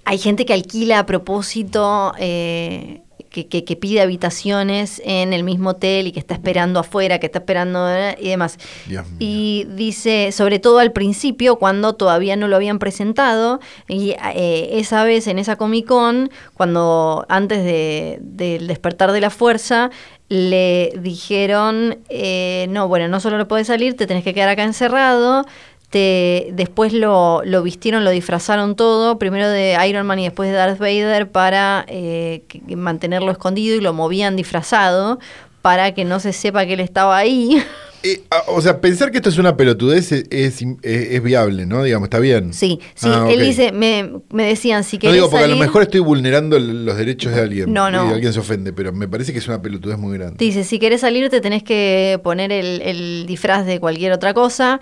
S1: Hay gente que alquila a propósito, eh, que, que- que pide habitaciones en el mismo hotel y que está esperando afuera, que está esperando eh, y demás.
S2: Dios mío.
S1: Y dice, sobre todo al principio, cuando todavía no lo habían presentado, y eh, esa vez en esa Comic Con, cuando antes de- del despertar de la fuerza, le dijeron, eh, no, bueno, no solo no puedes salir, te tenés que quedar acá encerrado. Te, después lo, lo vistieron, lo disfrazaron todo, primero de Iron Man y después de Darth Vader, para eh, que- que mantenerlo escondido y lo movían disfrazado para que no se sepa que él estaba ahí. <laughs>
S2: Eh, ah, o sea, pensar que esto es una pelotudez es, es im- es- es viable, ¿no? Digamos, está bien.
S1: Sí, sí,
S2: Ah, ok.
S1: él dice, me, me decían, si
S2: No
S1: querés
S2: digo, porque a lo
S1: salir,
S2: mejor estoy vulnerando l- los derechos de alguien.
S1: No, no.
S2: Y alguien se ofende, pero me parece que es una pelotudez muy grande.
S1: te dice, si querés salir te tenés que poner el, el disfraz de cualquier otra cosa.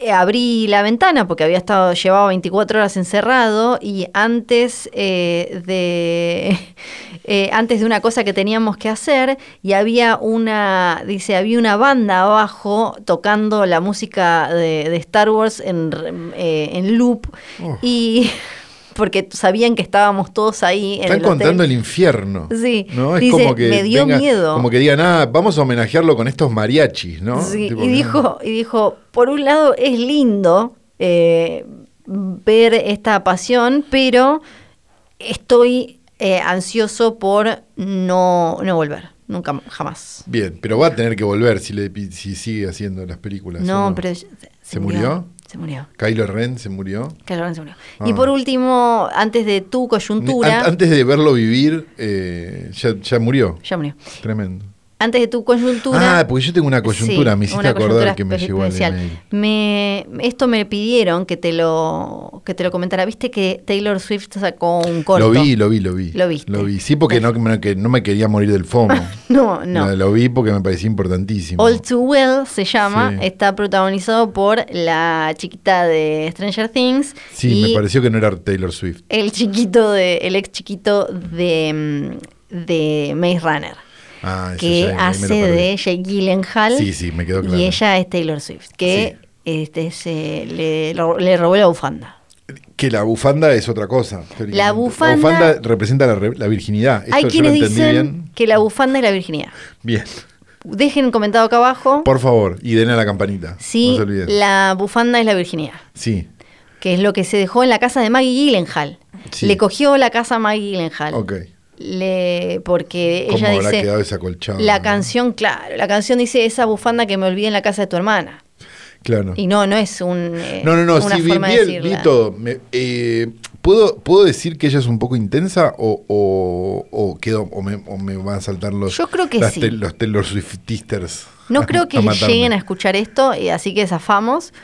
S1: Eh, abrí la ventana porque había estado, llevaba 24 horas encerrado y antes eh, de <laughs> eh, antes de una cosa que teníamos que hacer y había una, dice, había una banda abajo tocando la música de, de Star Wars en, re- eh, en loop
S2: Uf.
S1: y <laughs> porque sabían que estábamos todos ahí en el
S2: Están
S1: hotel.
S2: contando el infierno.
S1: Sí.
S2: ¿no? Es
S1: Dice,
S2: como que
S1: me dio
S2: venga-
S1: miedo.
S2: Como que digan, ah, vamos a homenajearlo con estos mariachis, ¿no?
S1: Sí,
S2: Tipo,
S1: y,
S2: que-
S1: dijo, y dijo, por un lado es lindo eh, ver esta pasión, pero estoy eh, ansioso por no, no volver, nunca m- jamás.
S2: Bien, pero va a tener que volver si, le, pi- si sigue haciendo las películas. ¿o
S1: No, pero... ya-
S2: ¿Se murió?
S1: se murió.
S2: Kylo Ren se murió.
S1: Kylo Ren se murió.
S2: Ah.
S1: Y por último, antes de tu coyuntura.
S2: An- antes de verlo vivir, eh, ya, ya murió.
S1: ya murió.
S2: Tremendo.
S1: Antes de tu coyuntura.
S2: Ah, porque yo tengo una coyuntura,
S1: Sí,
S2: me hiciste
S1: una
S2: acordar
S1: coyuntura
S2: que me
S1: espe-
S2: llegó al
S1: especial.
S2: email.
S1: Me- esto me pidieron que te lo que te lo comentara. ¿Viste que Taylor Swift sacó un corto?
S2: Lo vi, lo vi, lo vi.
S1: Lo viste.
S2: Lo vi. Sí, porque no, no- que no me quería morir del FOMO.
S1: No, <laughs> no.
S2: Lo, lo vi porque me parecía importantísimo.
S1: All Too Well se llama,
S2: Sí.
S1: está protagonizado por la chiquita de Stranger Things
S2: sí,
S1: y
S2: me pareció que no era Taylor Swift.
S1: el chiquito de el ex chiquito de mm, de Maze Runner
S2: Ah, ese
S1: que
S2: ya me- me lo
S1: hace
S2: perdí.
S1: de Jake Gyllenhaal
S2: Sí, sí, me quedó claro.
S1: y ella es Taylor Swift que este se le, ro- le robó la bufanda.
S2: Que la bufanda es otra cosa. teóricamente.
S1: La bufanda-
S2: bufanda representa la, re- la virginidad. Esto
S1: Hay
S2: yo
S1: quienes
S2: lo entendí
S1: dicen
S2: bien.
S1: que la bufanda es la virginidad.
S2: Bien.
S1: Dejen comentado acá abajo
S2: Por favor, y denle a la campanita.
S1: si
S2: No se olviden.
S1: la bufanda es la virginidad.
S2: Sí.
S1: que es lo que se dejó en la casa de Maggie Gyllenhaal.
S2: Sí.
S1: Le cogió la casa a Maggie Gyllenhaal.
S2: Ok.
S1: Le, porque
S2: ¿Cómo
S1: ella
S2: habrá
S1: dice
S2: quedado esa colchada?
S1: la canción, claro, la canción dice esa bufanda que me olvidé en la casa de tu hermana.
S2: Claro.
S1: Y no, no es un eh,
S2: No, no, no,
S1: una
S2: sí, vi,
S1: forma
S2: vi
S1: de
S2: el-
S1: decirla.
S2: vi todo. Me- eh, ¿puedo, ¿Puedo decir que ella es un poco intensa o, o, o quedo, o, me, o me van a saltar los,
S1: Yo creo que
S2: las
S1: sí.
S2: te- los Taylor Swiftisters?
S1: No
S2: <laughs>
S1: creo que
S2: matarme?
S1: lleguen a escuchar esto, y así que zafamos.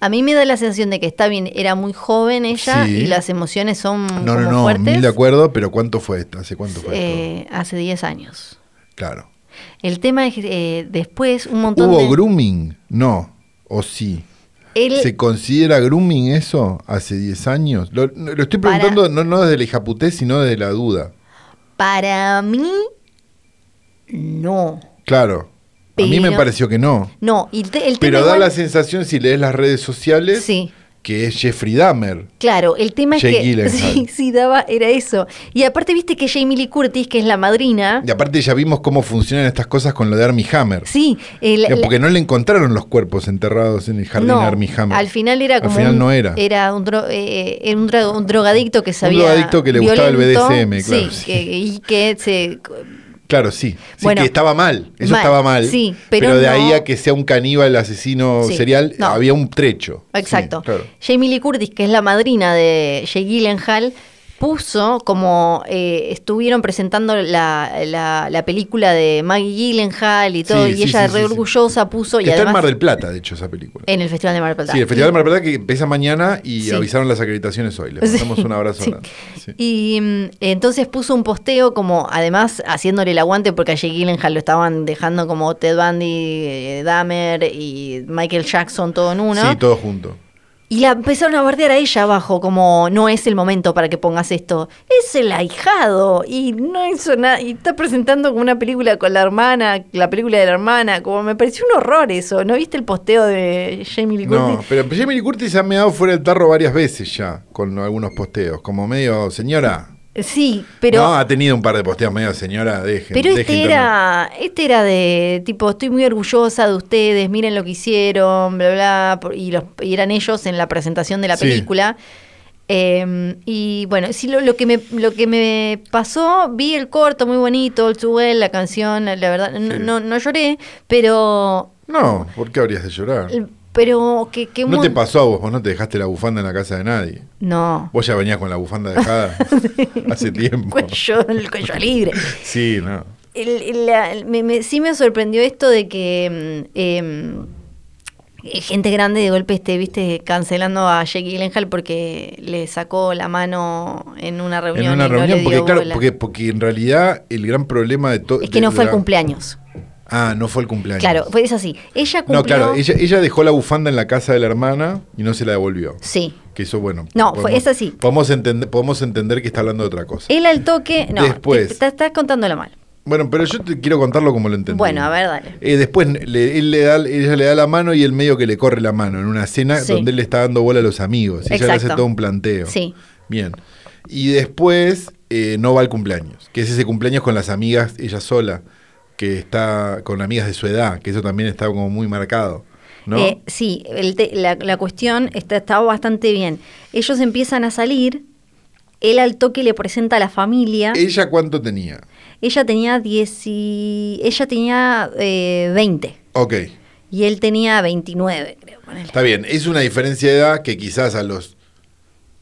S1: A mí me da la sensación de que está bien, era muy joven ella
S2: Sí.
S1: y las emociones son
S2: No,
S1: como
S2: no, no,
S1: fuertes.
S2: mil de acuerdo, pero ¿cuánto fue esta? ¿Hace cuánto fue esto?
S1: Eh, hace 10 años.
S2: Claro.
S1: El tema es que eh, después un montón
S2: ¿Hubo
S1: de...
S2: grooming? No, o sí.
S1: él-
S2: ¿Se considera grooming eso hace 10 años? Lo, no, lo estoy
S1: Para-
S2: preguntando no, no desde la hijaputez, sino desde la duda.
S1: Para mí, no.
S2: Claro. A mí me
S1: Pero-
S2: pareció que no.
S1: No, y te- el tema
S2: Pero da
S1: igual-
S2: la sensación, si lees las redes sociales,
S1: Sí.
S2: que es Jeffrey Dahmer.
S1: Claro, el tema es
S2: Jake
S1: que
S2: Gyllenhaal.
S1: <laughs> sí, sí daba era eso. Y aparte viste que Jamie Lee Curtis, que es la madrina,
S2: Y aparte ya vimos cómo funcionan estas cosas con lo de Armie Hammer.
S1: sí, el-
S2: Ya,
S1: la-
S2: Porque no le encontraron los cuerpos enterrados en el jardín
S1: no,
S2: de Armie Hammer.
S1: al final era como
S2: Al final
S1: un,
S2: no era.
S1: un, dro- eh, era un, dra- un drogadicto que sabía
S2: drogadicto que le gustaba el
S1: violento.
S2: BDSM, claro,
S1: sí,
S2: sí.
S1: que- y que se
S2: Claro, sí. Sí,
S1: Bueno,
S2: que estaba mal. Eso
S1: mal,
S2: estaba mal.
S1: sí, pero
S2: de
S1: no-
S2: ahí a que sea un caníbal asesino
S1: Sí,
S2: serial,
S1: no.
S2: había un trecho.
S1: Exacto.
S2: Sí, claro.
S1: Jamie Lee Curtis, que es la madrina de Jake Gyllenhaal, puso como eh, estuvieron presentando la, la- la película de Maggie Gyllenhaal y todo,
S2: Sí,
S1: y
S2: sí,
S1: ella
S2: sí,
S1: re
S2: sí, sí.
S1: orgullosa puso
S2: Que
S1: y
S2: está
S1: además
S2: en Mar del Plata, de hecho, esa película.
S1: en el Festival de Mar del Plata.
S2: Sí, el Festival de Mar del Plata que empieza mañana y
S1: Sí.
S2: avisaron las acreditaciones hoy. Les
S1: Sí,
S2: mandamos un
S1: <laughs>
S2: abrazo
S1: sí.
S2: grande. Sí.
S1: Y mm, entonces puso un posteo como, además, haciéndole el aguante porque a Jake Gyllenhaal lo estaban dejando como Ted Bundy, eh, Dahmer y Michael Jackson todo en uno.
S2: Sí, todo junto.
S1: Y la empezaron a bardear a ella abajo, como no es el momento para que pongas esto. Es el ahijado y no hizo nada. Y está presentando como una película con la hermana, la película de la hermana. Como me pareció un horror eso. ¿No viste el posteo de Jamie Lee
S2: No,
S1: Curtis?
S2: pero Jamie Lee Curtis se ha meado fuera del tarro varias veces ya, con algunos posteos. Como medio, señora.
S1: Sí, pero.
S2: no, ha tenido un par de posteos medio, señora, dejen.
S1: Pero
S2: dejen
S1: este
S2: internet.
S1: era, este era de tipo, estoy muy orgullosa de ustedes, miren lo que hicieron, bla, bla, por- y, los, y eran ellos en la presentación de la
S2: Sí.
S1: película. Eh, y bueno, sí, lo, lo que me, lo que me pasó, vi el corto muy bonito, el Well, la canción, la, la verdad, no,
S2: Sí.
S1: no, no lloré, pero,
S2: No, ¿por qué habrías de llorar?
S1: pero que... que un
S2: Ah. No te
S1: mon-
S2: pasó a vos, vos no te dejaste la bufanda en la casa de nadie.
S1: No. <laughs>
S2: Vos ya venías con la bufanda dejada <laughs> hace tiempo.
S1: Cuello, el cuello libre.
S2: Sí, no.
S1: El- el- la- el- me- me- sí me sorprendió esto de que mm, em, eh, gente grande de golpe esté, viste, cancelando a Jake Gyllenhaal porque le sacó la mano en una reunión.
S2: En
S1: y
S2: una
S1: no
S2: reunión,
S1: le
S2: porque
S1: dio
S2: claro,
S1: bola.
S2: porque, porque en realidad el gran problema de todo.
S1: es que no fue el cumpleaños.
S2: Ah, no fue el cumpleaños.
S1: Claro, pues es así. Ella cumplió.
S2: No, claro, ella, ella dejó la bufanda en la casa de la hermana y no se la devolvió.
S1: Sí.
S2: Que eso, bueno.
S1: No, fue- es así. Eh.
S2: Podemos entender, podemos entender que está hablando de otra cosa.
S1: Él al toque. No,
S2: Después.
S1: te- te- estás contándolo mal.
S2: Bueno, pero yo te quiero contarlo como lo entendí.
S1: Bueno, a ver, dale.
S2: Eh, después le- él le da, ella le da la mano y él medio que le corre la mano en una cena
S1: Sí.
S2: donde él le está dando bola a los amigos. Y ella le hace
S1: Exacto.
S2: todo un planteo.
S1: Sí.
S2: Bien. Y después eh, no va al cumpleaños, que es ese cumpleaños con las amigas, ella sola, que está con amigas de su edad, que eso también está como muy marcado. ¿No?
S1: Eh, sí, el te- la, la cuestión está, estaba bastante bien. Ellos empiezan a salir. Él al toque le presenta a la familia.
S2: ¿Ella cuánto tenía?
S1: Ella tenía 10 y- Ella tenía eh, 20.
S2: Ok.
S1: y él tenía 29, creo. ponele.
S2: Está bien, es una diferencia de edad que quizás a los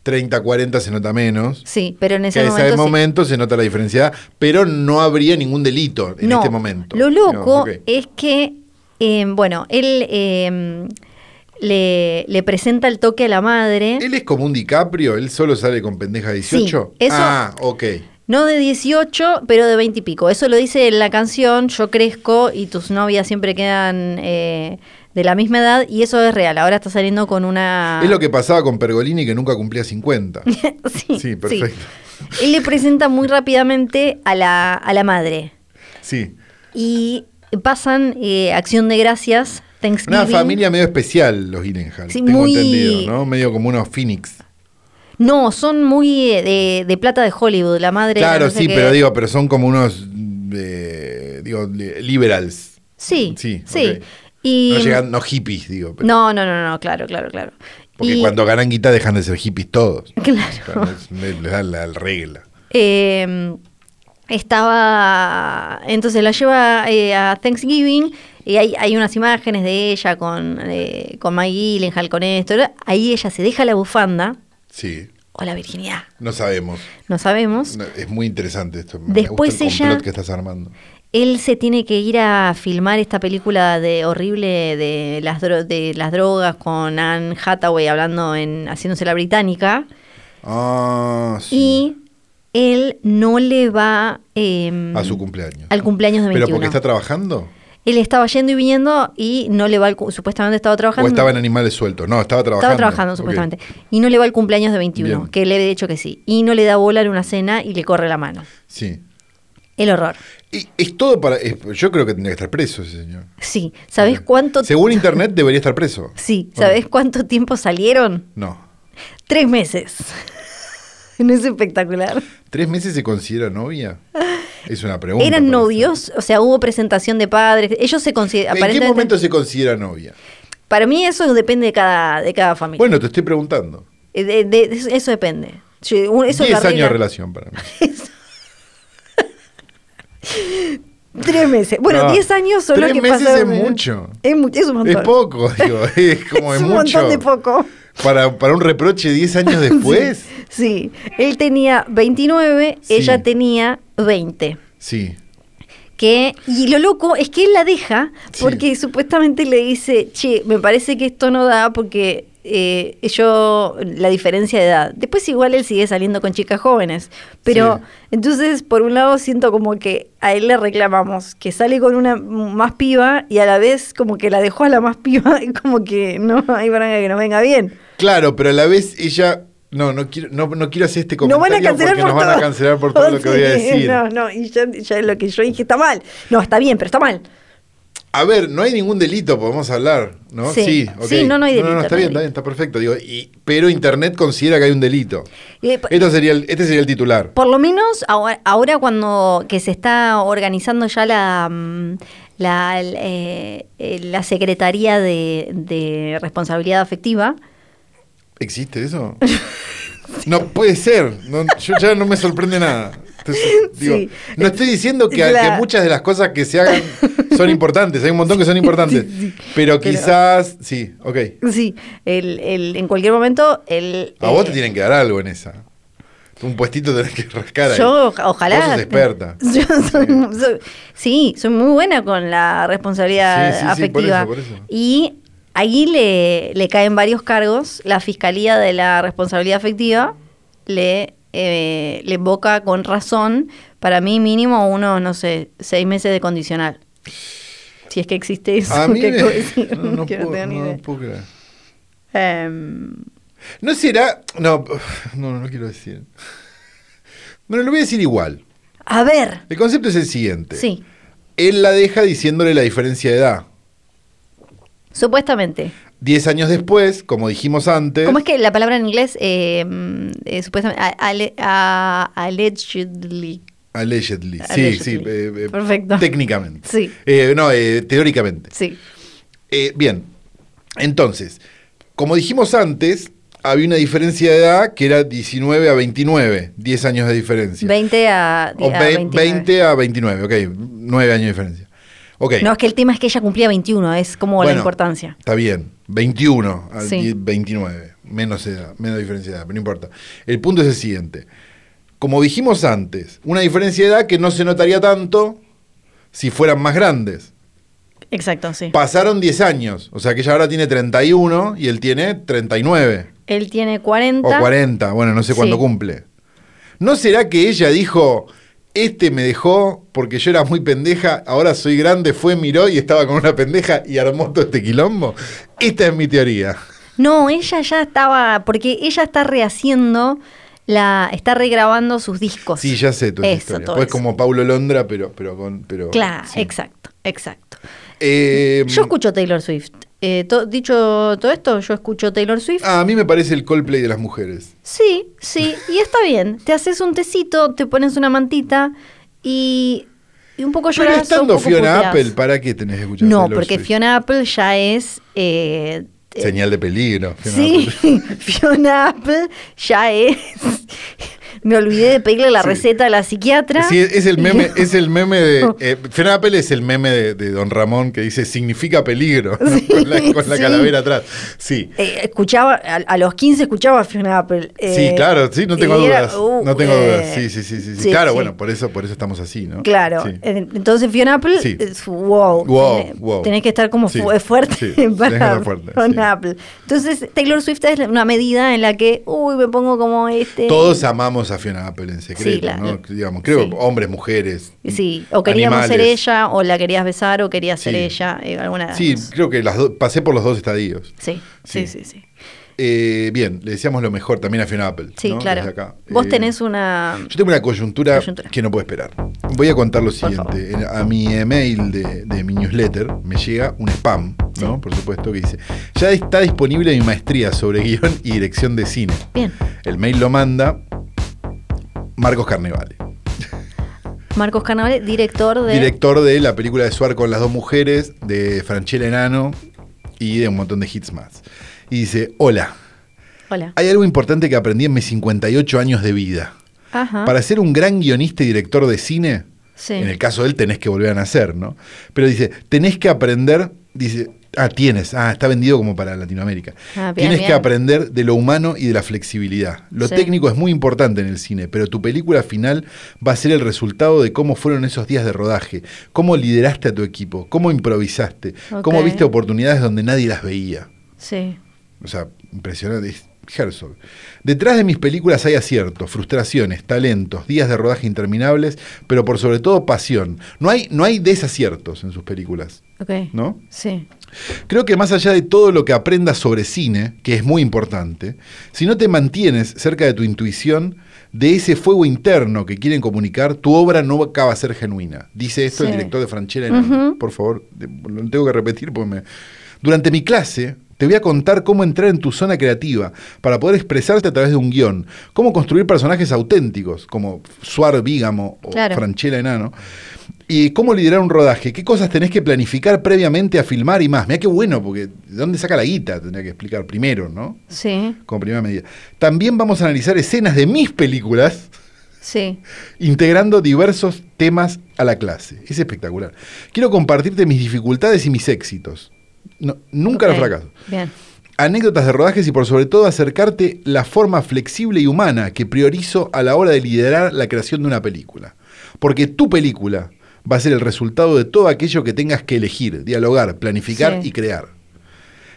S2: 30, 40 se nota menos.
S1: Sí, pero en
S2: que
S1: ese
S2: a ese
S1: momento.
S2: momento,
S1: sí.
S2: se nota la diferencia, de edad, pero no habría ningún delito en
S1: No,
S2: este momento.
S1: Lo loco
S2: No, ok.
S1: es que, eh, bueno, él eh, le, le presenta el toque a la madre.
S2: ¿Él es como un DiCaprio? ¿Él solo sale con pendeja de 18?
S1: Sí, eso-
S2: Ah, ok.
S1: No de 18, pero de 20 y pico. Eso lo dice en la canción Yo crezco y tus novias siempre quedan eh, de la misma edad y eso es real. Ahora está saliendo con una...
S2: Es lo que pasaba con Pergolini que nunca cumplía 50.
S1: <laughs> sí,
S2: Sí, perfecto.
S1: sí. Él le presenta
S2: <laughs>
S1: muy rápidamente a la, a la madre
S2: Sí.
S1: y pasan eh, Acción de Gracias, Thanksgiving.
S2: Una familia medio especial, los Gyllenhaal.
S1: Sí,
S2: tengo
S1: muy-
S2: entendido, ¿no? Medio como unos Phoenix.
S1: No, son muy eh, de, de plata de Hollywood, la madre...
S2: Claro,
S1: no sé
S2: sí,
S1: qué.
S2: pero digo, pero son como unos. eh, digo, li- liberals.
S1: Sí, sí.
S2: Sí, ok.
S1: Y...
S2: No llegan, no hippies, digo. pero-
S1: no, no, no, no, claro, claro, claro.
S2: porque
S1: Y-
S2: cuando ganan guita dejan de ser hippies todos.
S1: <laughs> Claro.
S2: Claro, es- Les dan la regla.
S1: Eh, estaba. Entonces la lleva eh, a Thanksgiving. Y hay, hay unas imágenes de ella con, eh, con Maggie Gyllenhaal, con esto. Ahí ella se deja la bufanda.
S2: Sí,
S1: O la virginidad,
S2: no sabemos.
S1: no sabemos.
S2: No, Es muy interesante esto. Me-
S1: Después
S2: me gusta el
S1: ella-
S2: complot que estás armando.
S1: Él se tiene que ir a filmar esta película de horrible de las, dro- de las drogas con Anne Hathaway hablando en haciéndose la británica.
S2: Ah, sí.
S1: Y él no le va eh,
S2: a su cumpleaños.
S1: al cumpleaños de 21.
S2: ¿Pero porque está trabajando?
S1: Él estaba yendo y viniendo y no le va al cu- supuestamente estaba trabajando.
S2: ¿O estaba en animales sueltos? No, estaba trabajando.
S1: Estaba trabajando,
S2: Ok.
S1: supuestamente. Y no le va al cumpleaños de 21,
S2: Bien.
S1: que le he dicho que sí. Y no le da bola en una cena y le corre la mano.
S2: Sí.
S1: El horror.
S2: Y es todo para. es- yo creo que tendría que estar preso ese señor.
S1: Sí. ¿Sabes cuánto?
S2: Según internet debería estar preso.
S1: <laughs> Sí. ¿Sabes cuánto tiempo salieron?
S2: No.
S1: Tres meses. <laughs> no es espectacular.
S2: ¿Tres meses se considera
S1: <laughs>
S2: novia? Es una pregunta.
S1: Eran
S2: parece.
S1: novios, o sea, hubo presentación de padres. Ellos se consideran.
S2: ¿En qué momento se considera novia?
S1: Para mí eso depende de cada, de cada familia.
S2: Bueno, te estoy preguntando.
S1: Eh, de- de- de- eso depende. Sí, un- Eso es la
S2: Diez años de
S1: regla.
S2: relación para mí.
S1: Tres meses. Bueno,
S2: No,
S1: 10 años son los
S2: tres
S1: que
S2: meses
S1: pasaron.
S2: es
S1: en-
S2: mucho.
S1: Es, mu- es un montón. <laughs>
S2: Es poco, digo, es como
S1: Es
S2: es,
S1: un
S2: mucho.
S1: montón de poco.
S2: Para, para un reproche
S1: <laughs>
S2: 10 años después.
S1: Sí. Él tenía 29,
S2: Sí.
S1: ella tenía 20.
S2: Sí.
S1: Que, y lo loco es que él la deja
S2: Sí.
S1: porque supuestamente le dice, che, me parece que esto no da porque eh, yo, la diferencia de edad. Después igual él sigue saliendo con chicas jóvenes, pero
S2: Sí.
S1: entonces por un lado siento como que a él le reclamamos que sale con una más piba y a la vez como que la dejó a la más piba y como que no hay manera que no venga bien.
S2: Claro, pero a la vez ella. No, no quiero, no, no quiero hacer este
S1: No
S2: comentario
S1: van a cancelar
S2: porque
S1: por
S2: nos
S1: todo.
S2: van a cancelar por todo lo que voy a
S1: <laughs> Sí,
S2: decir.
S1: No, no, y ya, ya lo que yo dije está mal. No, está bien, pero está mal.
S2: A ver, no hay ningún delito, podemos hablar, ¿no?
S1: Sí.
S2: ok.
S1: Sí, no, no hay delito, no
S2: está
S1: hay
S2: bien, está bien, está perfecto. Digo, y- pero Internet considera que hay un delito.
S1: Eh, pa-
S2: Esto sería el- este sería el titular.
S1: Por lo menos ahora, ahora cuando que se está organizando ya la mm, la, el, eh, eh, la Secretaría de, de Responsabilidad Afectiva,
S2: ¿Existe eso? <laughs> No puede ser. No, yo ya no me sorprende nada. Entonces, digo,
S1: Sí.
S2: No estoy diciendo que, que
S1: Claro.
S2: muchas de las cosas que se hagan son importantes. Hay un montón que son importantes.
S1: <laughs> sí, sí. Pero-
S2: Pero quizás. Sí, ok.
S1: sí, el, el- en cualquier momento el
S2: A vos te
S1: eh,
S2: tienen que dar algo en esa. Un puestito tenés que rascar ahí.
S1: yo oja- ojalá
S2: Vos sos experta.
S1: <laughs> Yo soy, soy- sí, soy muy buena con la responsabilidad
S2: Sí, sí, sí, por
S1: afectiva
S2: eso, por eso.
S1: y ahí le, le caen varios cargos. La Fiscalía de la Responsabilidad Afectiva le, eh, le invoca con razón, para mí mínimo unos, no sé, seis meses de condicional. Si es que existe eso. <laughs>
S2: A mí
S1: que
S2: me-
S1: acabo de decir,
S2: no, no
S1: que no
S2: puedo-
S1: tengo ni
S2: no
S1: idea.
S2: puedo creer.
S1: Em,
S2: No será. No, no, no quiero decir. Bueno, lo voy a decir igual.
S1: a ver,
S2: El concepto es el siguiente.
S1: sí,
S2: Él la deja diciéndole la diferencia de edad.
S1: supuestamente.
S2: Diez años después, como dijimos antes.
S1: ¿Cómo es que la palabra en inglés, eh, mm, eh, supuestamente, a- ale- a- allegedly?
S2: Allegedly. Sí,
S1: Allegedly.
S2: sí. eh, eh,
S1: Perfecto.
S2: Técnicamente.
S1: Sí.
S2: Eh, no, eh, teóricamente.
S1: Sí.
S2: Eh, bien. Entonces, como dijimos antes, había una diferencia de edad que era 19 a 29. 10 años de diferencia.
S1: 20 a,
S2: O
S1: a
S2: ve-
S1: 29.
S2: 20 a 29, ok. 9 años de diferencia. Ok.
S1: No, es que el tema es que ella cumplía 21, es como la
S2: Bueno,
S1: importancia.
S2: Está bien. 21 al
S1: Sí.
S2: 10, 29. Menos edad, menos diferencia de edad, pero no importa. El punto es el siguiente. Como dijimos antes, una diferencia de edad que no se notaría tanto si fueran más grandes.
S1: Exacto, sí.
S2: Pasaron 10 años, o sea que ella ahora tiene 31 y él tiene 39
S1: Él tiene 40.
S2: o 40, bueno, no sé cuándo
S1: Sí.
S2: cumple. ¿No será que ella dijo, este me dejó porque yo era muy pendeja, ahora soy grande, fue, miró y estaba con una pendeja y armó todo este quilombo? Esta es mi teoría.
S1: No, ella ya estaba, porque ella está rehaciendo, la, está regrabando sus discos.
S2: Sí, ya sé tu
S1: Eso,
S2: historia.
S1: todo
S2: Pues
S1: eso.
S2: como Paulo Londra, pero, pero con. Pero,
S1: Claro,
S2: sí.
S1: exacto, exacto.
S2: Eh,
S1: Yo escucho Taylor Swift. Eh, to- dicho todo esto, yo escucho Taylor Swift.
S2: A mí me parece el Coldplay de las mujeres.
S1: Sí, sí, y está bien. Te haces un tecito, te pones una mantita y, y un poco
S2: Pero
S1: lloras. o un
S2: estando
S1: poco
S2: Fiona
S1: puteás.
S2: Apple, ¿para qué tenés que escuchar
S1: No,
S2: Taylor
S1: porque
S2: Swift?
S1: Fiona Apple ya es... eh, eh,
S2: Señal de peligro. Fiona
S1: sí,
S2: Apple.
S1: <laughs> Fiona Apple ya es... <laughs> Me olvidé de pedirle la
S2: Sí.
S1: receta a la psiquiatra.
S2: Sí, es el
S1: <laughs>
S2: meme, es el meme de.
S1: No.
S2: eh, Fiona Apple es el meme de, de Don Ramón que dice significa peligro, ¿no?
S1: Sí,
S2: con la, con la
S1: sí.
S2: calavera atrás. Sí.
S1: Eh, escuchaba, a, a los 15 escuchaba a Fiona Apple. eh,
S2: sí, claro, sí, no
S1: y
S2: tengo
S1: era,
S2: dudas.
S1: uh,
S2: no tengo
S1: eh,
S2: dudas. Sí, sí, sí, sí. sí. claro,
S1: sí.
S2: bueno, por eso, por eso estamos así, ¿no?
S1: Claro,
S2: Sí.
S1: en- entonces Fiona Apple,
S2: Sí.
S1: es- wow,
S2: Wow,
S1: tenés,
S2: wow.
S1: tenés que estar como
S2: Sí,
S1: fu- fuerte <laughs>
S2: sí, tenés que
S1: para
S2: estar fuerte,
S1: Fiona
S2: sí.
S1: Apple. Entonces Taylor Swift es una medida en la que, uy, me pongo como este.
S2: Todos amamos a Fiona Apple en secreto,
S1: Sí, claro.
S2: ¿no? Digamos, creo
S1: Sí.
S2: hombres, mujeres.
S1: Sí, o queríamos ser
S2: animales.
S1: ella, o la querías besar, o querías ser
S2: Sí.
S1: ella, eh, alguna de las
S2: Sí,
S1: dos.
S2: creo que las do- pasé por los dos estadios.
S1: Sí, sí, sí,
S2: Sí.
S1: sí.
S2: Eh, bien, le decíamos lo mejor también a Fiona Apple.
S1: Sí,
S2: ¿no?
S1: claro.
S2: Desde acá.
S1: Vos
S2: Eh,
S1: tenés una...
S2: Yo tengo una coyuntura,
S1: Coyuntura.
S2: que no puedo esperar. Voy a contar lo siguiente. En- A mi email de, de mi newsletter me llega un spam, ¿no? Por supuesto, que dice, ya está disponible mi maestría sobre guión y dirección de cine.
S1: Bien,
S2: El mail lo manda Marcos Carnevale,
S1: Marcos Carnavale, director de...
S2: director de la película de Suar con las dos mujeres, de Franchella Enano y de un montón de hits más. Y dice, hola,
S1: Hola.
S2: hay algo importante que aprendí en mis 58 años de vida.
S1: Ajá.
S2: Para ser un gran guionista y director de cine,
S1: Sí.
S2: en el caso de él tenés que volver a nacer, ¿no? Pero dice, tenés que aprender, dice, ah, tienes, ah, está vendido como para Latinoamérica.
S1: Ah, bien,
S2: tienes
S1: bien.
S2: que aprender de lo humano y de la flexibilidad. Lo
S1: Sí.
S2: técnico es muy importante en el cine, pero tu película final va a ser el resultado de cómo fueron esos días de rodaje, cómo lideraste a tu equipo, cómo improvisaste, cómo
S1: Ok.
S2: viste oportunidades donde nadie las veía.
S1: Sí. o
S2: O sea, impresionante. es Herzog. Detrás de mis películas hay aciertos, frustraciones, talentos, días de rodaje interminables, pero por sobre todo pasión. No hay, no hay desaciertos en sus películas,
S1: Ok.
S2: ¿no?
S1: Sí.
S2: Creo que más allá de todo lo que aprendas sobre cine, que es muy importante, si no te mantienes cerca de tu intuición, de ese fuego interno que quieren comunicar, tu obra no acaba de ser genuina. Dice esto el
S1: Sí.
S2: director de Franchella.
S1: Ujú.
S2: Por favor, de- lo tengo que repetir porque me... Durante mi clase... Te voy a contar cómo entrar en tu zona creativa para poder expresarte a través de un guión, cómo construir personajes auténticos como Suar Bígamo o
S1: Claro.
S2: Franchella Enano, ¿Y cómo liderar un rodaje? ¿Qué cosas tenés que planificar previamente a filmar y más? Mira qué bueno, porque ¿de dónde saca la guita? Tendría que explicar primero, ¿no?
S1: Sí.
S2: Como primera medida. También vamos a analizar escenas de mis películas
S1: Sí.
S2: integrando diversos temas a la clase. Es espectacular. Quiero compartirte mis dificultades y mis éxitos. No, nunca
S1: Ok.
S2: los fracasos
S1: Bien.
S2: anécdotas de rodajes y por sobre todo acercarte la forma flexible y humana que priorizo a la hora de liderar la creación de una película. Porque tu película va a ser el resultado de todo aquello que tengas que elegir, dialogar, planificar
S1: Sí.
S2: y crear.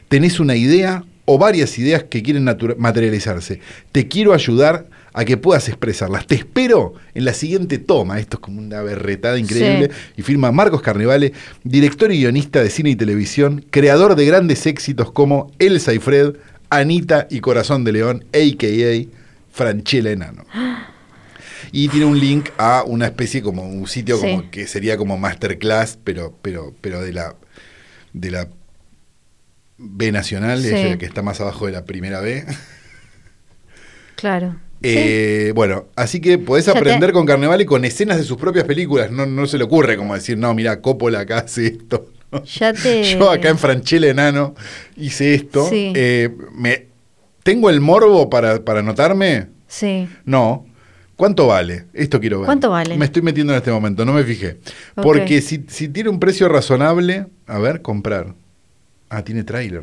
S2: Tenés una idea o varias ideas que quieren natura- materializarse. Te quiero ayudar a que puedas expresarlas. Te espero en la siguiente toma. Esto es como una berretada increíble
S1: Sí.
S2: y firma Marcos Carnevale, director y guionista de cine y televisión, creador de grandes éxitos como Elsa y Fred, Anita y Corazón de León, a.k.a. Franchella Enano. Y tiene un link a una especie como un sitio
S1: Sí.
S2: como que sería como masterclass, pero, pero, pero de la de la B nacional,
S1: Sí.
S2: es la que está más abajo de la primera B.
S1: Claro.
S2: Eh, bueno, así que podés
S1: Ya te-
S2: aprender con Carnevale con escenas de sus propias películas. No, no se le ocurre como decir, no, mira, Coppola acá hace esto. <laughs>
S1: Ya te-
S2: Yo acá en Franchella Enano hice esto.
S1: Sí.
S2: Eh, me, ¿Tengo el morbo para, para anotarme?
S1: Sí.
S2: No. ¿Cuánto vale? Esto quiero ver.
S1: ¿Cuánto vale?
S2: Me estoy metiendo en este momento, no me fijé.
S1: Ok.
S2: Porque si, si tiene un precio razonable, a ver, comprar. Ah, tiene tráiler.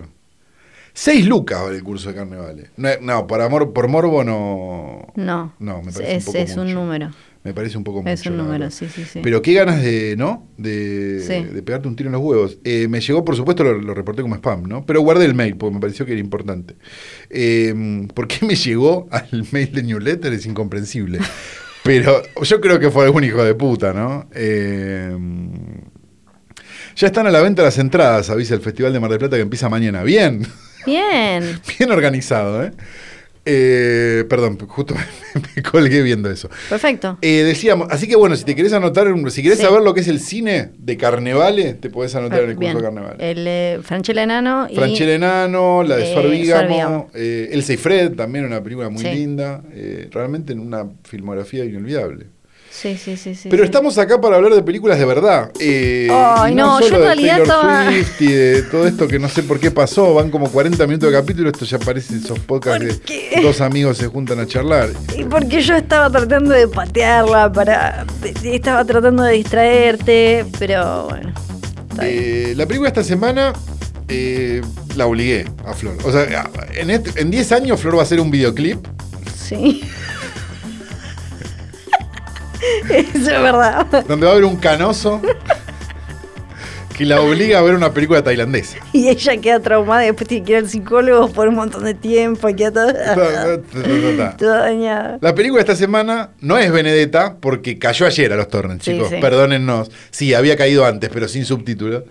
S2: Seis lucas vale el curso de carne vale. No, no, por amor, por morbo no.
S1: No.
S2: No, me parece
S1: es,
S2: un poco
S1: es un
S2: mucho.
S1: número.
S2: Me parece un poco
S1: Es
S2: mucho,
S1: un
S2: la
S1: número,
S2: verdad.
S1: sí, sí, sí.
S2: Pero qué ganas de, ¿no? De,
S1: Sí.
S2: de pegarte un tiro en los huevos. Eh, me llegó, por supuesto, lo, lo reporté como spam, ¿no? Pero guardé el mail, porque me pareció que era importante. Eh, ¿Por qué me llegó al <laughs> mail de newsletter? Es
S1: <laughs>
S2: incomprensible. Pero yo creo que fue algún hijo de puta, ¿no? Eh, ya están a la venta las entradas, avisa el Festival de Mar del Plata que empieza mañana. Bien. <laughs>
S1: Bien.
S2: Bien organizado, ¿eh? Eh, perdón, justo <laughs> me, me colgué viendo eso. <laughs>
S1: Perfecto.
S2: Eh, decíamos, así que bueno, si te querés anotar, un- si querés
S1: Sí.
S2: saber lo que es el cine de carnavales, te podés anotar en el curso
S1: Bien.
S2: de carnavales.
S1: El eh, Franchella Enano y.
S2: Franchella Enano, la de
S1: eh,
S2: Suar Bígamo,
S1: Suar Bígamo.
S2: eh, El Seifred, también una película muy
S1: Sí.
S2: linda, eh, realmente en una filmografía inolvidable.
S1: Sí, sí, sí. sí
S2: Pero
S1: sí.
S2: estamos acá para hablar de películas de verdad. eh,
S1: Ay,
S2: y
S1: no, yo en
S2: solo de
S1: realidad
S2: Taylor
S1: estaba-
S2: Swift y de todo esto que no sé por qué pasó. Van como 40 minutos de capítulo. Esto ya parece esos podcasts
S1: ¿Por
S2: de
S1: qué?
S2: dos amigos se juntan a charlar.
S1: Y porque yo estaba tratando de patearla para. Estaba tratando de distraerte, pero bueno. está bien.
S2: Eh, la película esta semana eh, la obligué a Flor. O sea, en, este- en 10 años Flor va a hacer un videoclip.
S1: Sí. <laughs> Eso es verdad. <laughs>
S2: donde va a haber un <laughs> canoso que la obliga a ver una película tailandesa.
S1: Y ella queda traumada y después tiene que ir al psicólogo por un montón de tiempo. y Queda
S2: <laughs> Ta,
S1: toda,
S2: ta, ta,
S1: <laughs>
S2: ta, ta.
S1: toda dañada.
S2: La película esta semana no es Benedetta porque cayó ayer a los torrents,
S1: Sí,
S2: chicos.
S1: sí.
S2: Perdónennos. Sí, había caído antes, pero sin subtítulos.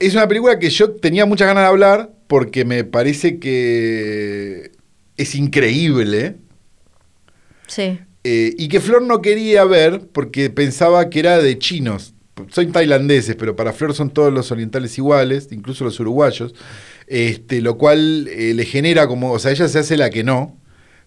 S2: Es una película que yo tenía muchas ganas de hablar porque me parece que es increíble.
S1: Sí.
S2: Eh, y que Flor no quería ver porque pensaba que era de chinos. Son tailandeses, pero para Flor son todos los orientales iguales, incluso los uruguayos. Este, lo cual eh, le genera como, o sea, ella se hace la que no,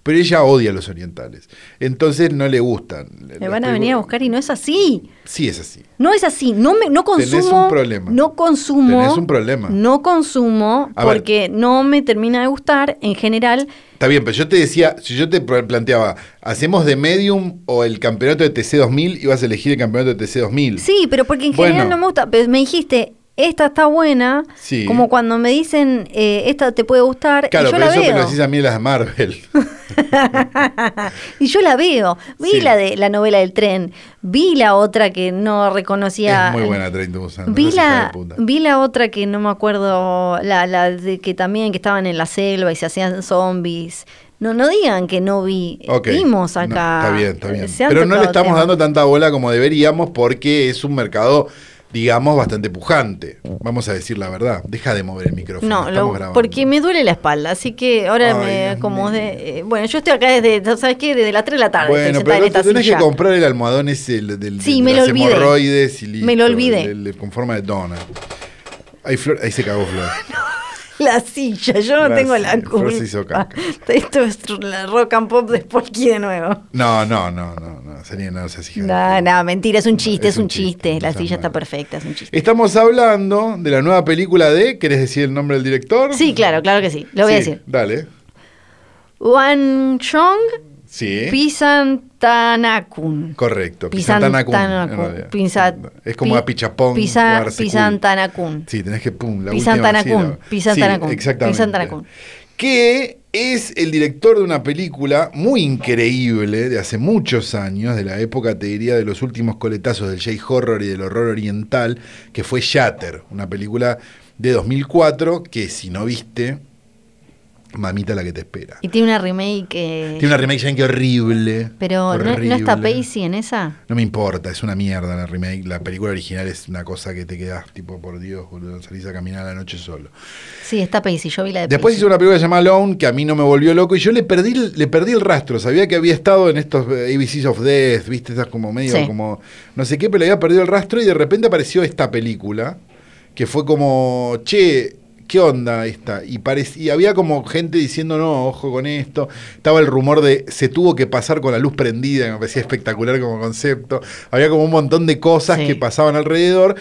S2: pero ella odia a los orientales. Entonces no le gustan.
S1: Me van a venir a buscar y no es así.
S2: Sí, es así.
S1: No es así. No me no
S2: Tenés
S1: consumo.
S2: un problema.
S1: No consumo.
S2: Tenés un problema.
S1: No consumo
S2: A ver.
S1: porque no me termina de gustar en general.
S2: Está bien, pero yo te decía, si yo te pl- planteaba, ¿hacemos de Medium o el campeonato de TC2000? Ibas a elegir el campeonato de TC2000.
S1: Sí, pero porque en
S2: Bueno.
S1: general no me gusta. Pero me dijiste, esta está buena.
S2: Sí.
S1: Como cuando me dicen, eh, esta te puede gustar. y
S2: claro,
S1: yo
S2: pero
S1: la
S2: eso
S1: veo.
S2: me lo decís a mí de las de Marvel. <laughs>
S1: y yo la veo. Vi
S2: Sí.
S1: la de la novela del tren. Vi la otra que no reconocía.
S2: es muy buena, Train Busan.
S1: Vi
S2: no seas hija
S1: la,
S2: Ah, de puta.
S1: vi la otra que no me acuerdo, la, la de que también que estaban en la selva y se hacían zombies. No, no digan que no vi.
S2: Ok.
S1: Vimos
S2: No,
S1: acá.
S2: está bien, está bien.
S1: Se han
S2: Pero no le
S1: tocado
S2: estamos
S1: temas.
S2: dando tanta bola como deberíamos porque es un mercado, digamos, bastante pujante. Vamos a decir la verdad. Deja de mover el micrófono.
S1: No,
S2: estamos
S1: lo-
S2: grabando.
S1: porque me duele la espalda, así que
S2: Ay,
S1: ahora me
S2: Dios
S1: acomodé. eh, bueno, yo estoy acá desde, ¿sabes qué? Desde las 3 de la tarde.
S2: Bueno,
S1: estoy sentada
S2: pero
S1: en
S2: te
S1: esta
S2: tenés
S1: silla.
S2: que comprar el almohadón ese el del,
S1: Sí,
S2: de
S1: me lo
S2: las
S1: olvidé.
S2: hemorroides y listo,
S1: Me lo olvidé.
S2: el- el- con forma de dona. Ahí, Flor- ahí se cagó
S1: <laughs>
S2: Flor.
S1: <laughs> La silla, yo no
S2: La
S1: tengo
S2: silla,
S1: la
S2: Flor
S1: culpa.
S2: se hizo caca.
S1: <laughs> Esto es la rock and pop de Sporky de nuevo.
S2: No, no, no, no, no. Sería no seas hija de
S1: No,
S2: puta.
S1: no, mentira, es un chiste, es, un chiste.
S2: no
S1: La
S2: seas
S1: silla está
S2: mala.
S1: perfecta, es un chiste.
S2: Estamos hablando de la nueva película de. ¿Querés decir el nombre del director?
S1: Sí, claro, claro que sí. Lo voy a
S2: Sí,
S1: decir.
S2: Dale.
S1: Wan Chong
S2: Sí.
S1: Pisantanakun.
S2: Correcto.
S1: Pisantanakun.
S2: Pisantanacún. en realidad.
S1: Pisa-
S2: es como
S1: pi-
S2: a Pichapón.
S1: Pisa-
S2: Guarsecú.
S1: Pisantanakun.
S2: Sí, tenés que pum, la
S1: Pisantanacún,
S2: última sílaba.
S1: Pisantanacún,
S2: Sí, exactamente.
S1: Pisantanacún.
S2: Que es el director de una película muy increíble de hace muchos años, de la época, te diría, de los últimos coletazos del J-Horror y del horror oriental, que fue Shatter, una película de 2004 que si no viste, mamita la que te espera.
S1: Y tiene una remake que.
S2: Tiene una remake yankee horrible.
S1: Pero ¿no- ¿no, está
S2: horrible.
S1: Pacey en esa?
S2: No me importa, es una mierda la remake. La película original es una cosa que te quedas tipo, por Dios, boludo, salís a caminar a la noche solo.
S1: Sí, está Pacey, yo vi la de
S2: Después
S1: Pacey.
S2: hizo una película llamada Alone que a mí no me volvió loco y yo le perdí, el- le perdí el rastro. Sabía que había estado en estos eh, ABCs of Death, viste, esas como medio,
S1: Sí.
S2: como no sé qué, pero le había perdido el rastro y de repente apareció esta película que fue como, che, ¿qué onda esta? Y, parec- y había como gente diciendo, no, ojo con esto. Estaba el rumor de se tuvo que pasar con la luz prendida, que me parecía espectacular como concepto. Había como un montón de cosas
S1: Sí.
S2: que pasaban alrededor.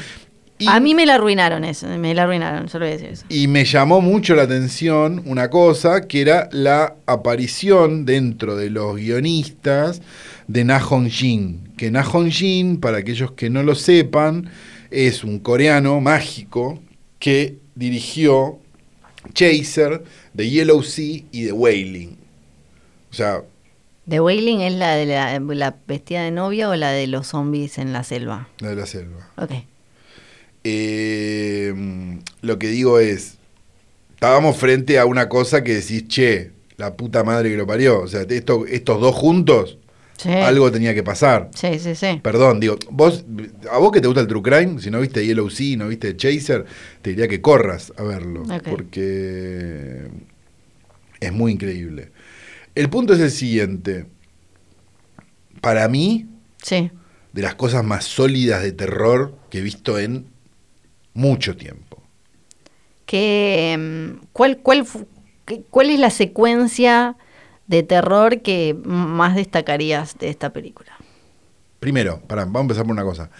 S2: Y-
S1: A mí me la arruinaron eso, me la arruinaron, solo voy a decir eso.
S2: Y me llamó mucho la atención una cosa, que era la aparición dentro de los guionistas de Na Hong Jin. Que Na Hong Jin, para aquellos que no lo sepan, es un coreano mágico que dirigió Chaser, The Yellow Sea y The Wailing. O sea,
S1: ¿The Wailing es la de la, la vestida de novia o la de los zombies en la selva?
S2: la de la selva.
S1: Ok.
S2: Eh, lo que digo es, estábamos frente a una cosa que decís, che, la puta madre que lo parió. O sea, esto, estos dos juntos,
S1: Sí.
S2: algo tenía que pasar.
S1: Sí, sí, sí.
S2: Perdón, digo, vos, a vos que te gusta el True Crime, si no viste Yellow Sea, no viste Chaser, te diría que corras a verlo,
S1: Ok.
S2: porque es muy increíble. El punto es el siguiente. Para mí,
S1: Sí.
S2: de las cosas más sólidas de terror que he visto en mucho tiempo.
S1: ¿Qué, mm, cuál, cuál, fu- qué- ¿Cuál es la secuencia de terror que m- más destacarías de esta película?
S2: Primero, pará, vamos a empezar por una cosa.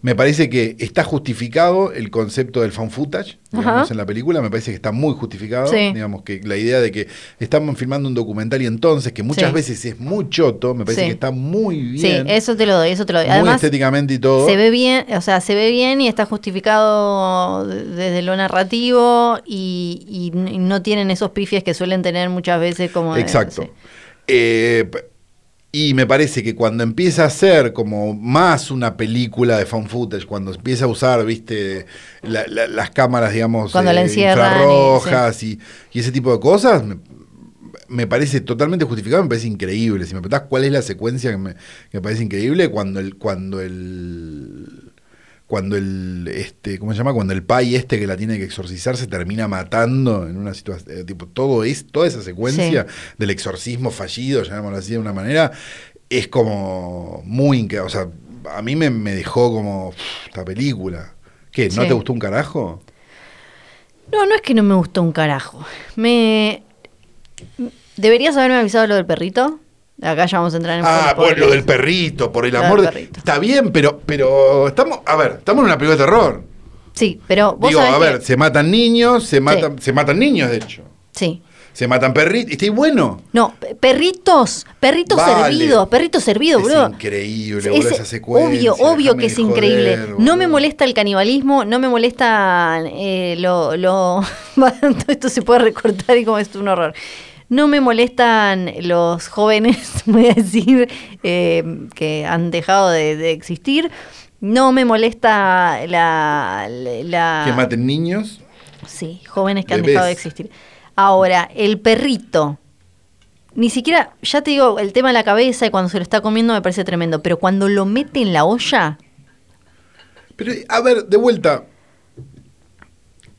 S2: Me parece que está justificado el concepto del fan footage, digamos,
S1: Ajá.
S2: en la película. Me parece que está muy justificado.
S1: Sí.
S2: Digamos que la idea de que estamos filmando un documental y entonces, que muchas
S1: Sí.
S2: veces es muy choto, me parece
S1: Sí.
S2: que está muy bien.
S1: Sí, eso te lo doy, eso te lo doy.
S2: muy
S1: Además,
S2: estéticamente y todo.
S1: se ve bien, o sea, se ve bien y está justificado de- desde lo narrativo y, y n- y no tienen esos pifies que suelen tener muchas veces como... de-
S2: Exacto.
S1: sí.
S2: Eh, p- y me parece que cuando empieza a ser como más una película de fan footage, cuando empieza a usar, viste, la- la- las cámaras, digamos, eh,
S1: Cuando la encierran y-
S2: infrarrojas y, y ese tipo de cosas, me, me parece totalmente justificado, me parece increíble. Si me preguntás cuál es la secuencia que me, que me parece increíble, cuando el, cuando el cuando el este, ¿cómo se llama? Cuando el pai este que la tiene que exorcizar se termina matando en una situación, eh, tipo, todo es, toda esa secuencia del exorcismo fallido, llamémoslo así de una manera, es como muy inca- o sea, a mí me, me dejó como "Uf, esta película. ¿Qué? ¿No
S1: Sí.
S2: te gustó un carajo?
S1: No, no es que no me gustó un carajo. Me... Deberías haberme avisado lo del perrito. Acá ya vamos a entrar en...
S2: Ah,
S1: por-
S2: por lo del perrito, por el
S1: Lo
S2: amor
S1: del
S2: de...
S1: perrito.
S2: Está bien, pero, pero estamos, a ver, estamos en una película de terror.
S1: Sí, pero vos
S2: Digo,
S1: sabés
S2: a
S1: que-
S2: ver, se matan niños, se matan, se matan niños, de hecho.
S1: Sí.
S2: Se matan perritos. Está bueno.
S1: No, pe- perritos, perritos
S2: Vale.
S1: servidos, perritos servidos,
S2: Es
S1: boludo.
S2: increíble, boludo, esa secuencia,
S1: Obvio, obvio
S2: déjame
S1: que es
S2: de
S1: increíble.
S2: joder,
S1: no me
S2: boludo.
S1: molesta el canibalismo, no me molesta eh, lo, lo- <laughs> Todo esto se puede recortar y como es un horror. No me molestan los jóvenes, <laughs> voy a decir, eh, que han dejado de, de existir. No me molesta la... la-
S2: Que maten niños.
S1: Sí, jóvenes que han
S2: Bebés.
S1: dejado de existir. Ahora, el perrito. Ni siquiera, ya te digo, el tema de la cabeza y cuando se lo está comiendo me parece tremendo, pero cuando lo mete en la olla,
S2: Pero, a ver, de vuelta.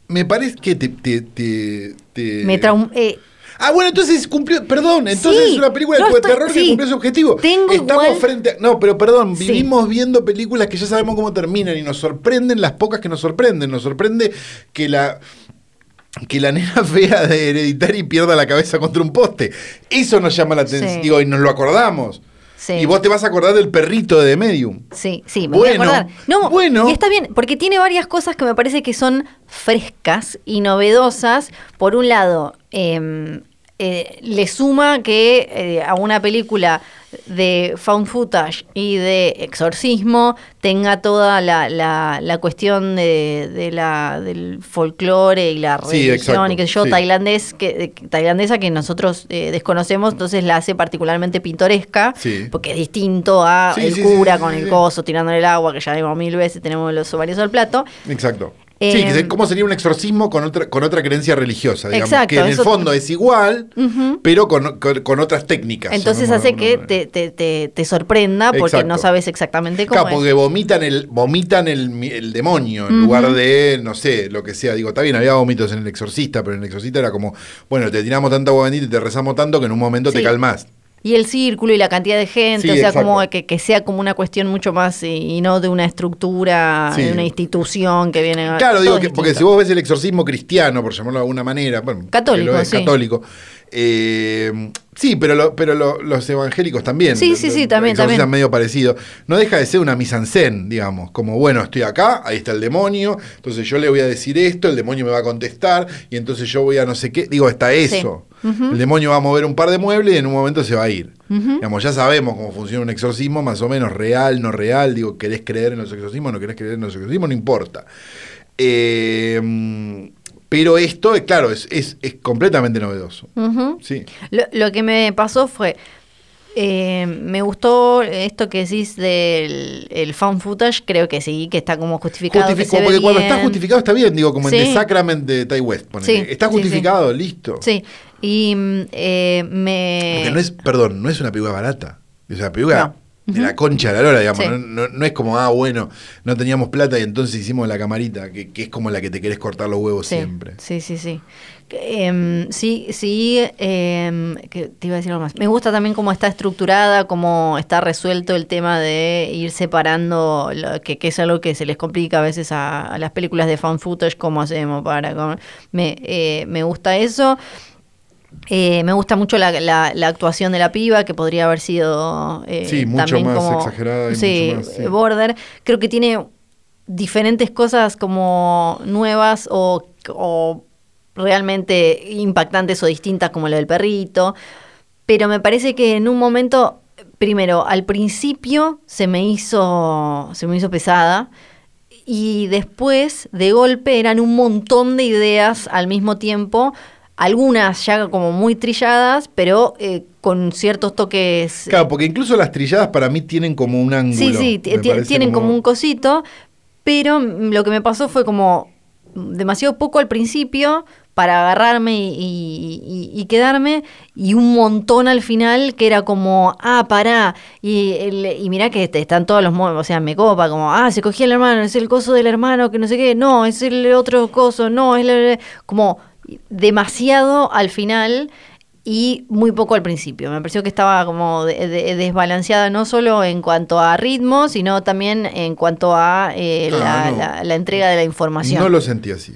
S2: Me parece que te. te, te- te-
S1: me traum- eh,
S2: Ah, bueno, entonces cumplió. Perdón, entonces
S1: Sí,
S2: es una película
S1: no
S2: de
S1: estoy-
S2: terror
S1: sí.
S2: que cumplió su objetivo.
S1: Tengo
S2: Estamos
S1: igual-
S2: frente a- No, pero perdón,
S1: Sí.
S2: vivimos viendo películas que ya sabemos cómo terminan y nos sorprenden las pocas que nos sorprenden. Nos sorprende que la. Que la nena <laughs> fea de Hereditary pierda la cabeza contra un poste. Eso nos llama la atención.
S1: Sí.
S2: Digo, y nos lo acordamos.
S1: Sí.
S2: Y vos te vas a acordar del perrito de The Medium.
S1: Sí, sí, me voy a
S2: Bueno,
S1: acordar. No,
S2: bueno.
S1: Y está bien, porque tiene varias cosas que me parece que son frescas y novedosas. Por un lado, eh, eh, le suma que eh, a una película de found footage y de exorcismo tenga toda la, la- la cuestión de, de la, del folclore y la
S2: Sí,
S1: religión
S2: exacto,
S1: y que yo
S2: sí.
S1: tailandés que, que- tailandesa que nosotros eh, desconocemos entonces la hace particularmente pintoresca
S2: Sí.
S1: porque es distinto a
S2: Sí,
S1: Ah, el
S2: sí,
S1: cura
S2: sí, sí,
S1: con
S2: sí,
S1: el
S2: sí.
S1: coso tirándole el agua, que ya vimos mil veces, tenemos los ovarios al plato.
S2: Exacto.
S1: Eh,
S2: sí, que se- ¿cómo sería un exorcismo con otra, con otra creencia religiosa? Digamos,
S1: Exacto,
S2: que en el
S1: eso-
S2: fondo es igual,
S1: Ujú.
S2: pero con, con- con otras técnicas.
S1: Entonces
S2: ¿no?
S1: hace
S2: Bueno,
S1: que
S2: bueno.
S1: te, te- te- te sorprenda porque
S2: Exacto.
S1: no sabes exactamente cómo
S2: Claro, porque
S1: es.
S2: vomitan el, vomitan el, mi- el demonio en lugar de, no sé, lo que sea. Digo, está bien, había vómitos en el exorcista, pero en el exorcista era como, bueno, te tiramos tanta agua bendita y te rezamos tanto que en un momento
S1: Sí.
S2: te calmás.
S1: Y el círculo y la cantidad de gente,
S2: Sí,
S1: o sea,
S2: exacto.
S1: como que, que sea como una cuestión mucho más y, y no de una estructura,
S2: Sí.
S1: de una institución que viene...
S2: Claro,
S1: todo
S2: digo
S1: es
S2: que, porque si
S1: distinto.
S2: vos ves el exorcismo cristiano, por llamarlo de alguna manera, bueno,
S1: Católico,
S2: que lo es,
S1: sí.
S2: católico, eh, Sí, pero, lo- pero lo- los evangélicos también.
S1: Sí, sí, sí,
S2: Lo-
S1: también,
S2: exorcizan
S1: también.
S2: medio parecido. No deja de ser una mise en scène, digamos. Como, bueno, estoy acá, ahí está el demonio, entonces yo le voy a decir esto, el demonio me va a contestar, y entonces yo voy a no sé qué. Digo, está eso. El demonio va a mover un par de muebles y en un momento se va a ir. Digamos, ya sabemos cómo funciona un exorcismo, más o menos real, no real. Digo, ¿querés creer en los exorcismos? ¿No querés creer en los exorcismos? No importa. Eh, pero esto, eh, claro, es, es, es completamente novedoso.
S1: Ujú.
S2: Sí.
S1: Lo, lo que me pasó fue. eh, me gustó esto que decís del el fan footage, creo que sí, que está como justificado. que
S2: Justific-
S1: se ve
S2: porque cuando está
S1: bien.
S2: justificado está bien, digo, como en
S1: Sí.
S2: The Sacrament de Ty West. ponele.
S1: Sí,
S2: Está
S1: sí, sí.
S2: justificado, listo.
S1: Sí, y mm, eh, me.
S2: Porque no es, perdón, no es una película barata. Es una película de la concha de la lora, digamos.
S1: Sí.
S2: No, no- no es como, ah, bueno, no teníamos plata y entonces hicimos la camarita, que, que es como la que te querés cortar los huevos
S1: Sí,
S2: siempre.
S1: Sí, sí, sí. Que, em, sí, sí, em, que te iba a decir algo más. Me gusta también cómo está estructurada, cómo está resuelto el tema de ir separando, lo que, que es algo que se les complica a veces a, a las películas de fan footage, cómo hacemos para... cómo- me, eh, me gusta eso. Eh, me gusta mucho la, la- la actuación de la piba, que podría haber sido eh,
S2: Sí, mucho
S1: también
S2: más
S1: como-
S2: exagerada y
S1: sí,
S2: mucho más, sí.
S1: eh, border. Creo que tiene diferentes cosas como nuevas o, o realmente impactantes o distintas como lo del perrito. Pero me parece que en un momento, primero, al principio se me hizo, se me hizo pesada. Y después, de golpe, eran un montón de ideas al mismo tiempo, algunas ya como muy trilladas, pero eh, con ciertos toques
S2: Claro, porque incluso las trilladas para mí tienen como un ángulo.
S1: Sí, sí, ti-
S2: me
S1: ti-
S2: parece
S1: tienen como... un cosito, pero mm, lo que me pasó fue como demasiado poco al principio para agarrarme y, y- y- y quedarme, y un montón al final que era como, ah, pará, y, el- y mirá que te- están todos los modos, o sea, me copa, como, ah, se cogía el hermano, es el coso del hermano, que no sé qué, no, es el otro coso, no, es la- como demasiado al final y muy poco al principio. Me pareció que estaba como de- de- desbalanceada no solo en cuanto a ritmo, sino también en cuanto a eh,
S2: Ah,
S1: la,
S2: no.
S1: la- la entrega de la información.
S2: No lo sentí así.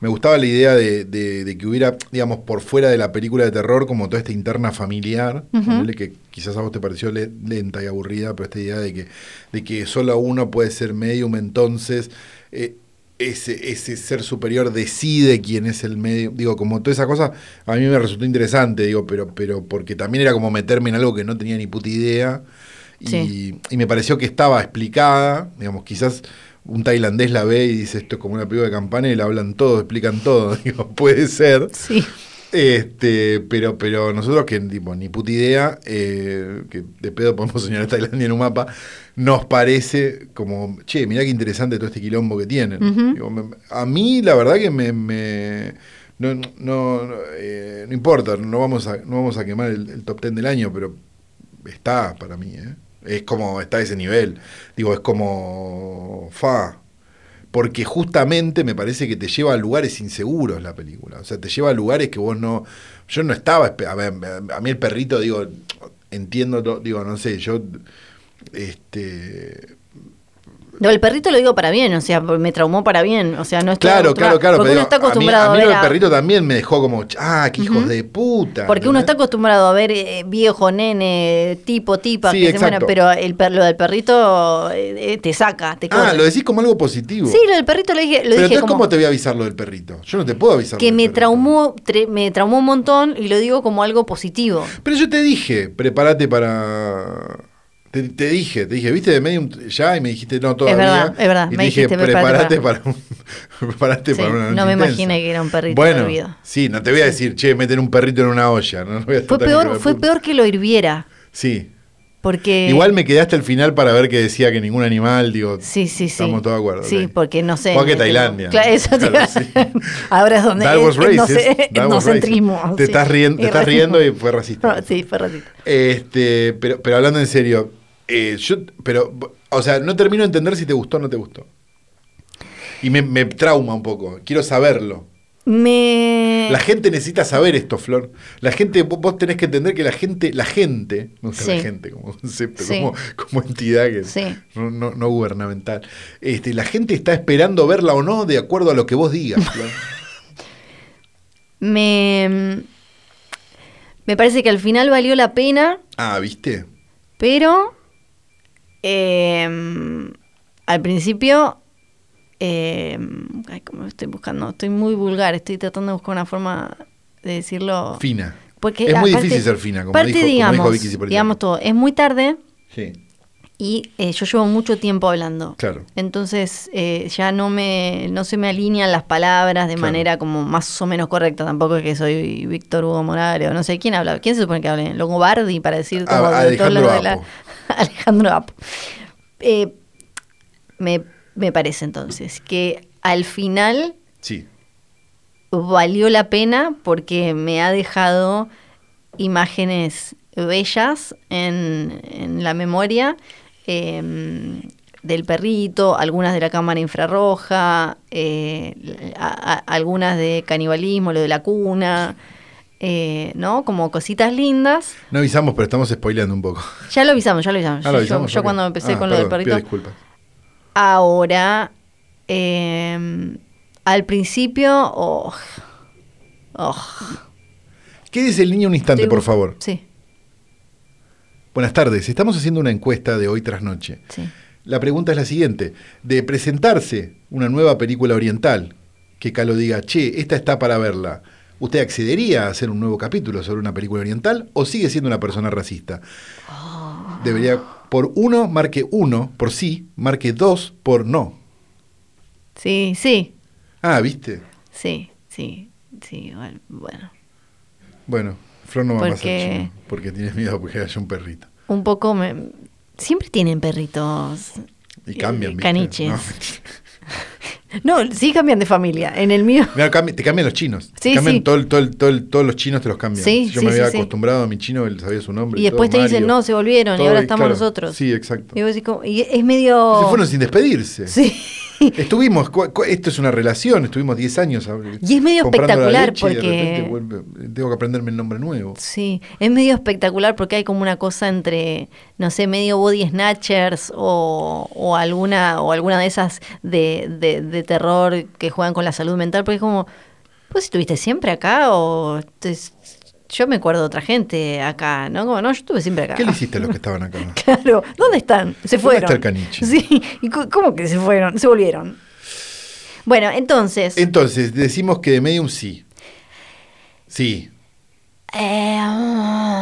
S2: Me gustaba la idea de, de- de que hubiera, digamos, por fuera de la película de terror, como toda esta interna familiar, ponele que quizás a vos te pareció le- lenta y aburrida, pero esta idea de que, de que solo uno puede ser medium, entonces eh, ese, ese ser superior decide quién es el medium. Digo, como toda esa cosa, a mí me resultó interesante, digo, pero, pero porque también era como meterme en algo que no tenía ni puta idea. Y,
S1: Sí.
S2: y me pareció que estaba explicada, digamos, quizás un tailandés la ve y dice esto es como una película de campanela, hablan todo, explican todo, <laughs> digo, puede ser.
S1: Sí.
S2: Este, pero, pero nosotros que tipo, ni puta idea, eh, que de pedo podemos señalar Tailandia en un mapa, nos parece como, che, mirá qué interesante todo este quilombo que tienen.
S1: Ujú.
S2: Digo, me- a mí la verdad que me... me- no, no, no, eh, no importa, no vamos a, no vamos a quemar el, el top ten del año, pero está para mí, ¿eh? Es como, está a ese nivel. Digo, es como, fa, porque justamente me parece que te lleva a lugares inseguros la película. O sea, te lleva a lugares que vos no. Yo no estaba. espe- A, ver, a mí el perrito, digo, entiendo, to- digo, no sé, yo. Este.
S1: No, el perrito lo digo para bien, o sea, me traumó para bien, o sea, no estoy
S2: Claro, claro,
S1: acostumbrada-
S2: claro.
S1: Porque
S2: pero
S1: uno está
S2: digo, a mí-
S1: acostumbrado a,
S2: a mí,
S1: ver
S2: lo del
S1: a-
S2: perrito también me dejó como, ah, qué hijos de puta.
S1: Porque uno está
S2: ¿entendés?
S1: acostumbrado a ver eh, viejo, nene, tipo, tipa,
S2: Sí,
S1: que se mueren,
S2: exacto.
S1: pero el per- lo del perrito eh, eh, te saca, te
S2: Ah,
S1: corre.
S2: lo decís como algo positivo.
S1: Sí, lo del perrito lo dije, lo
S2: pero
S1: dije
S2: entonces,
S1: como-
S2: ¿cómo te voy a avisar lo del perrito? Yo no te puedo avisar. lo
S1: que
S2: del
S1: me
S2: perrito.
S1: traumó, tre- me traumó un montón y lo digo como algo positivo.
S2: Pero yo te dije, prepárate para. Te, te dije, te dije, viste de medium ya y me dijiste no todavía.
S1: verdad, es verdad,
S2: Y te
S1: me
S2: dije,
S1: dijiste,
S2: prepárate
S1: prepárate
S2: para, un- <laughs> prepárate
S1: Sí,
S2: para una
S1: no
S2: noche
S1: me
S2: intensa".
S1: imaginé que era un perrito
S2: Bueno,
S1: dormido.
S2: sí, no te voy a decir, che, meten un perrito en una olla. No, <laughs> voy
S1: Fue
S2: a tratar de
S1: peor,
S2: llevar
S1: fue
S2: punto.
S1: peor que lo hirviera,
S2: Sí.
S1: porque
S2: Igual me quedé hasta el final para ver que decía que ningún animal, digo.
S1: Sí, sí, sí.
S2: Estamos todos de acuerdo.
S1: Sí, porque no sé.
S2: Porque
S1: me-
S2: Tailandia.
S1: Claro, eso te
S2: Claro,
S1: iba-
S2: sí.
S1: <laughs> Ahora es donde
S2: That
S1: es- <laughs>
S2: was
S1: no
S2: racist.
S1: sé,
S2: That was
S1: etnocentrismo,
S2: racist.
S1: sí.
S2: Te estás riendo, te
S1: Y
S2: estás
S1: racismo.
S2: riendo y fue racista.
S1: No, <laughs> sí, fue racista.
S2: Este, pero, pero hablando en serio, eh, yo, pero, o sea, no termino de entender si te gustó o no te gustó. Y me, me trauma un poco, quiero saberlo.
S1: Me.
S2: La gente necesita saber esto, Flor. La gente, vos, vos tenés que entender que la gente, la gente, no sé, la
S1: Sí.
S2: gente como concepto,
S1: Sí.
S2: como, como entidad que
S1: Sí.
S2: no, no- no gubernamental, este, la gente está esperando verla o no de acuerdo a lo
S1: <laughs>
S2: que vos digas, Flor.
S1: Me. Me parece que al final valió la pena,
S2: Ah, ¿viste?
S1: pero eh, al principio... eh, ay, ¿cómo estoy buscando? Estoy muy vulgar, estoy tratando de buscar una forma de decirlo.
S2: Fina.
S1: Porque
S2: es muy
S1: aparte-
S2: difícil ser fina, como
S1: aparte,
S2: dijo, como
S1: digamos,
S2: dijo Vicky Cipollini.
S1: digamos todo, es muy tarde
S2: Sí,
S1: y eh, yo llevo mucho tiempo hablando.
S2: Claro.
S1: Entonces eh, ya no me no se me alinean las palabras de
S2: Claro.
S1: manera como más o menos correcta. Tampoco es que soy Víctor Hugo Morales o no sé quién habla. ¿Quién se supone que hable? Longobardi para decir
S2: A-
S1: como de todo
S2: Ah, Alejandro
S1: lo de la-
S2: Apo.
S1: <laughs> Alejandro Apo. Eh, me, me parece entonces que al final
S2: sí.
S1: valió la pena porque me ha dejado imágenes bellas en, en la memoria eh, del perrito, algunas de la cámara infrarroja, eh, a- a- algunas de canibalismo, lo de la cuna, eh, ¿no? Como cositas lindas.
S2: No avisamos, pero estamos spoileando un poco.
S1: Ya lo avisamos, ya lo avisamos.
S2: Ah,
S1: yo
S2: ¿lo avisamos?
S1: yo- yo
S2: Ok.
S1: cuando empecé
S2: Ah,
S1: con lo
S2: perdón,
S1: del perrito,
S2: pido disculpas.
S1: Ahora, eh, al principio, oh, oh,
S2: ¿Qué dice el niño un instante,
S1: estoy-
S2: por favor?
S1: Sí,
S2: Buenas tardes. Estamos haciendo una encuesta de hoy tras noche.
S1: sí.
S2: La pregunta es la siguiente. De presentarse una nueva película oriental, que Calo diga, che, esta está para verla, ¿usted accedería a hacer un nuevo capítulo sobre una película oriental o sigue siendo una persona racista?
S1: Ah.
S2: Debería, por uno, marque uno, por sí, marque dos, por no.
S1: Sí, sí,
S2: Ah, viste.
S1: sí, sí, sí, igual, bueno.
S2: Bueno, Flor no va más al
S1: Porque-
S2: chino, porque tienes miedo porque haya un perrito.
S1: Un poco me... Siempre tienen perritos.
S2: Y cambian,
S1: eh,
S2: ¿viste?
S1: Caniches.
S2: No.
S1: No, sí cambian de familia. En el mío.
S2: Mirá, cambi- te cambian los chinos. Te
S1: Sí,
S2: cambian
S1: sí.
S2: todo el- todo el- todo el- todos los chinos te los cambian.
S1: Sí,
S2: Yo
S1: sí,
S2: me había
S1: sí, sí.
S2: acostumbrado a mi chino, él sabía su nombre.
S1: Y
S2: todo,
S1: después te dicen,
S2: Mario.
S1: no, se volvieron y
S2: Todo,
S1: ahora estamos
S2: claro.
S1: nosotros.
S2: Sí, exacto.
S1: Y, vos decís como- y es medio...
S2: Se fueron sin despedirse.
S1: Sí.
S2: Estuvimos, cu- cu- esto es una relación, estuvimos 10 años. a-
S1: Y es medio
S2: comprando la
S1: espectacular
S2: leche y de
S1: porque-
S2: repente vuelve- tengo que aprenderme el nombre nuevo.
S1: Sí, es medio espectacular porque hay como una cosa entre, no sé, medio body snatchers o, o alguna o alguna de esas de, de- de terror que juegan con la salud mental, porque es como, vos estuviste siempre acá o te- yo me acuerdo de otra gente acá, ¿no? Como, no, yo estuve siempre acá.
S2: ¿Qué le hiciste a los que estaban acá?
S1: <laughs> Claro, ¿dónde están? Se
S2: ¿Dónde
S1: fueron.
S2: está el
S1: <laughs>
S2: caniche?
S1: Sí, ¿y cu- cómo que se fueron? Se volvieron. Bueno, entonces...
S2: Entonces, decimos que de medium sí. Sí.
S1: eh,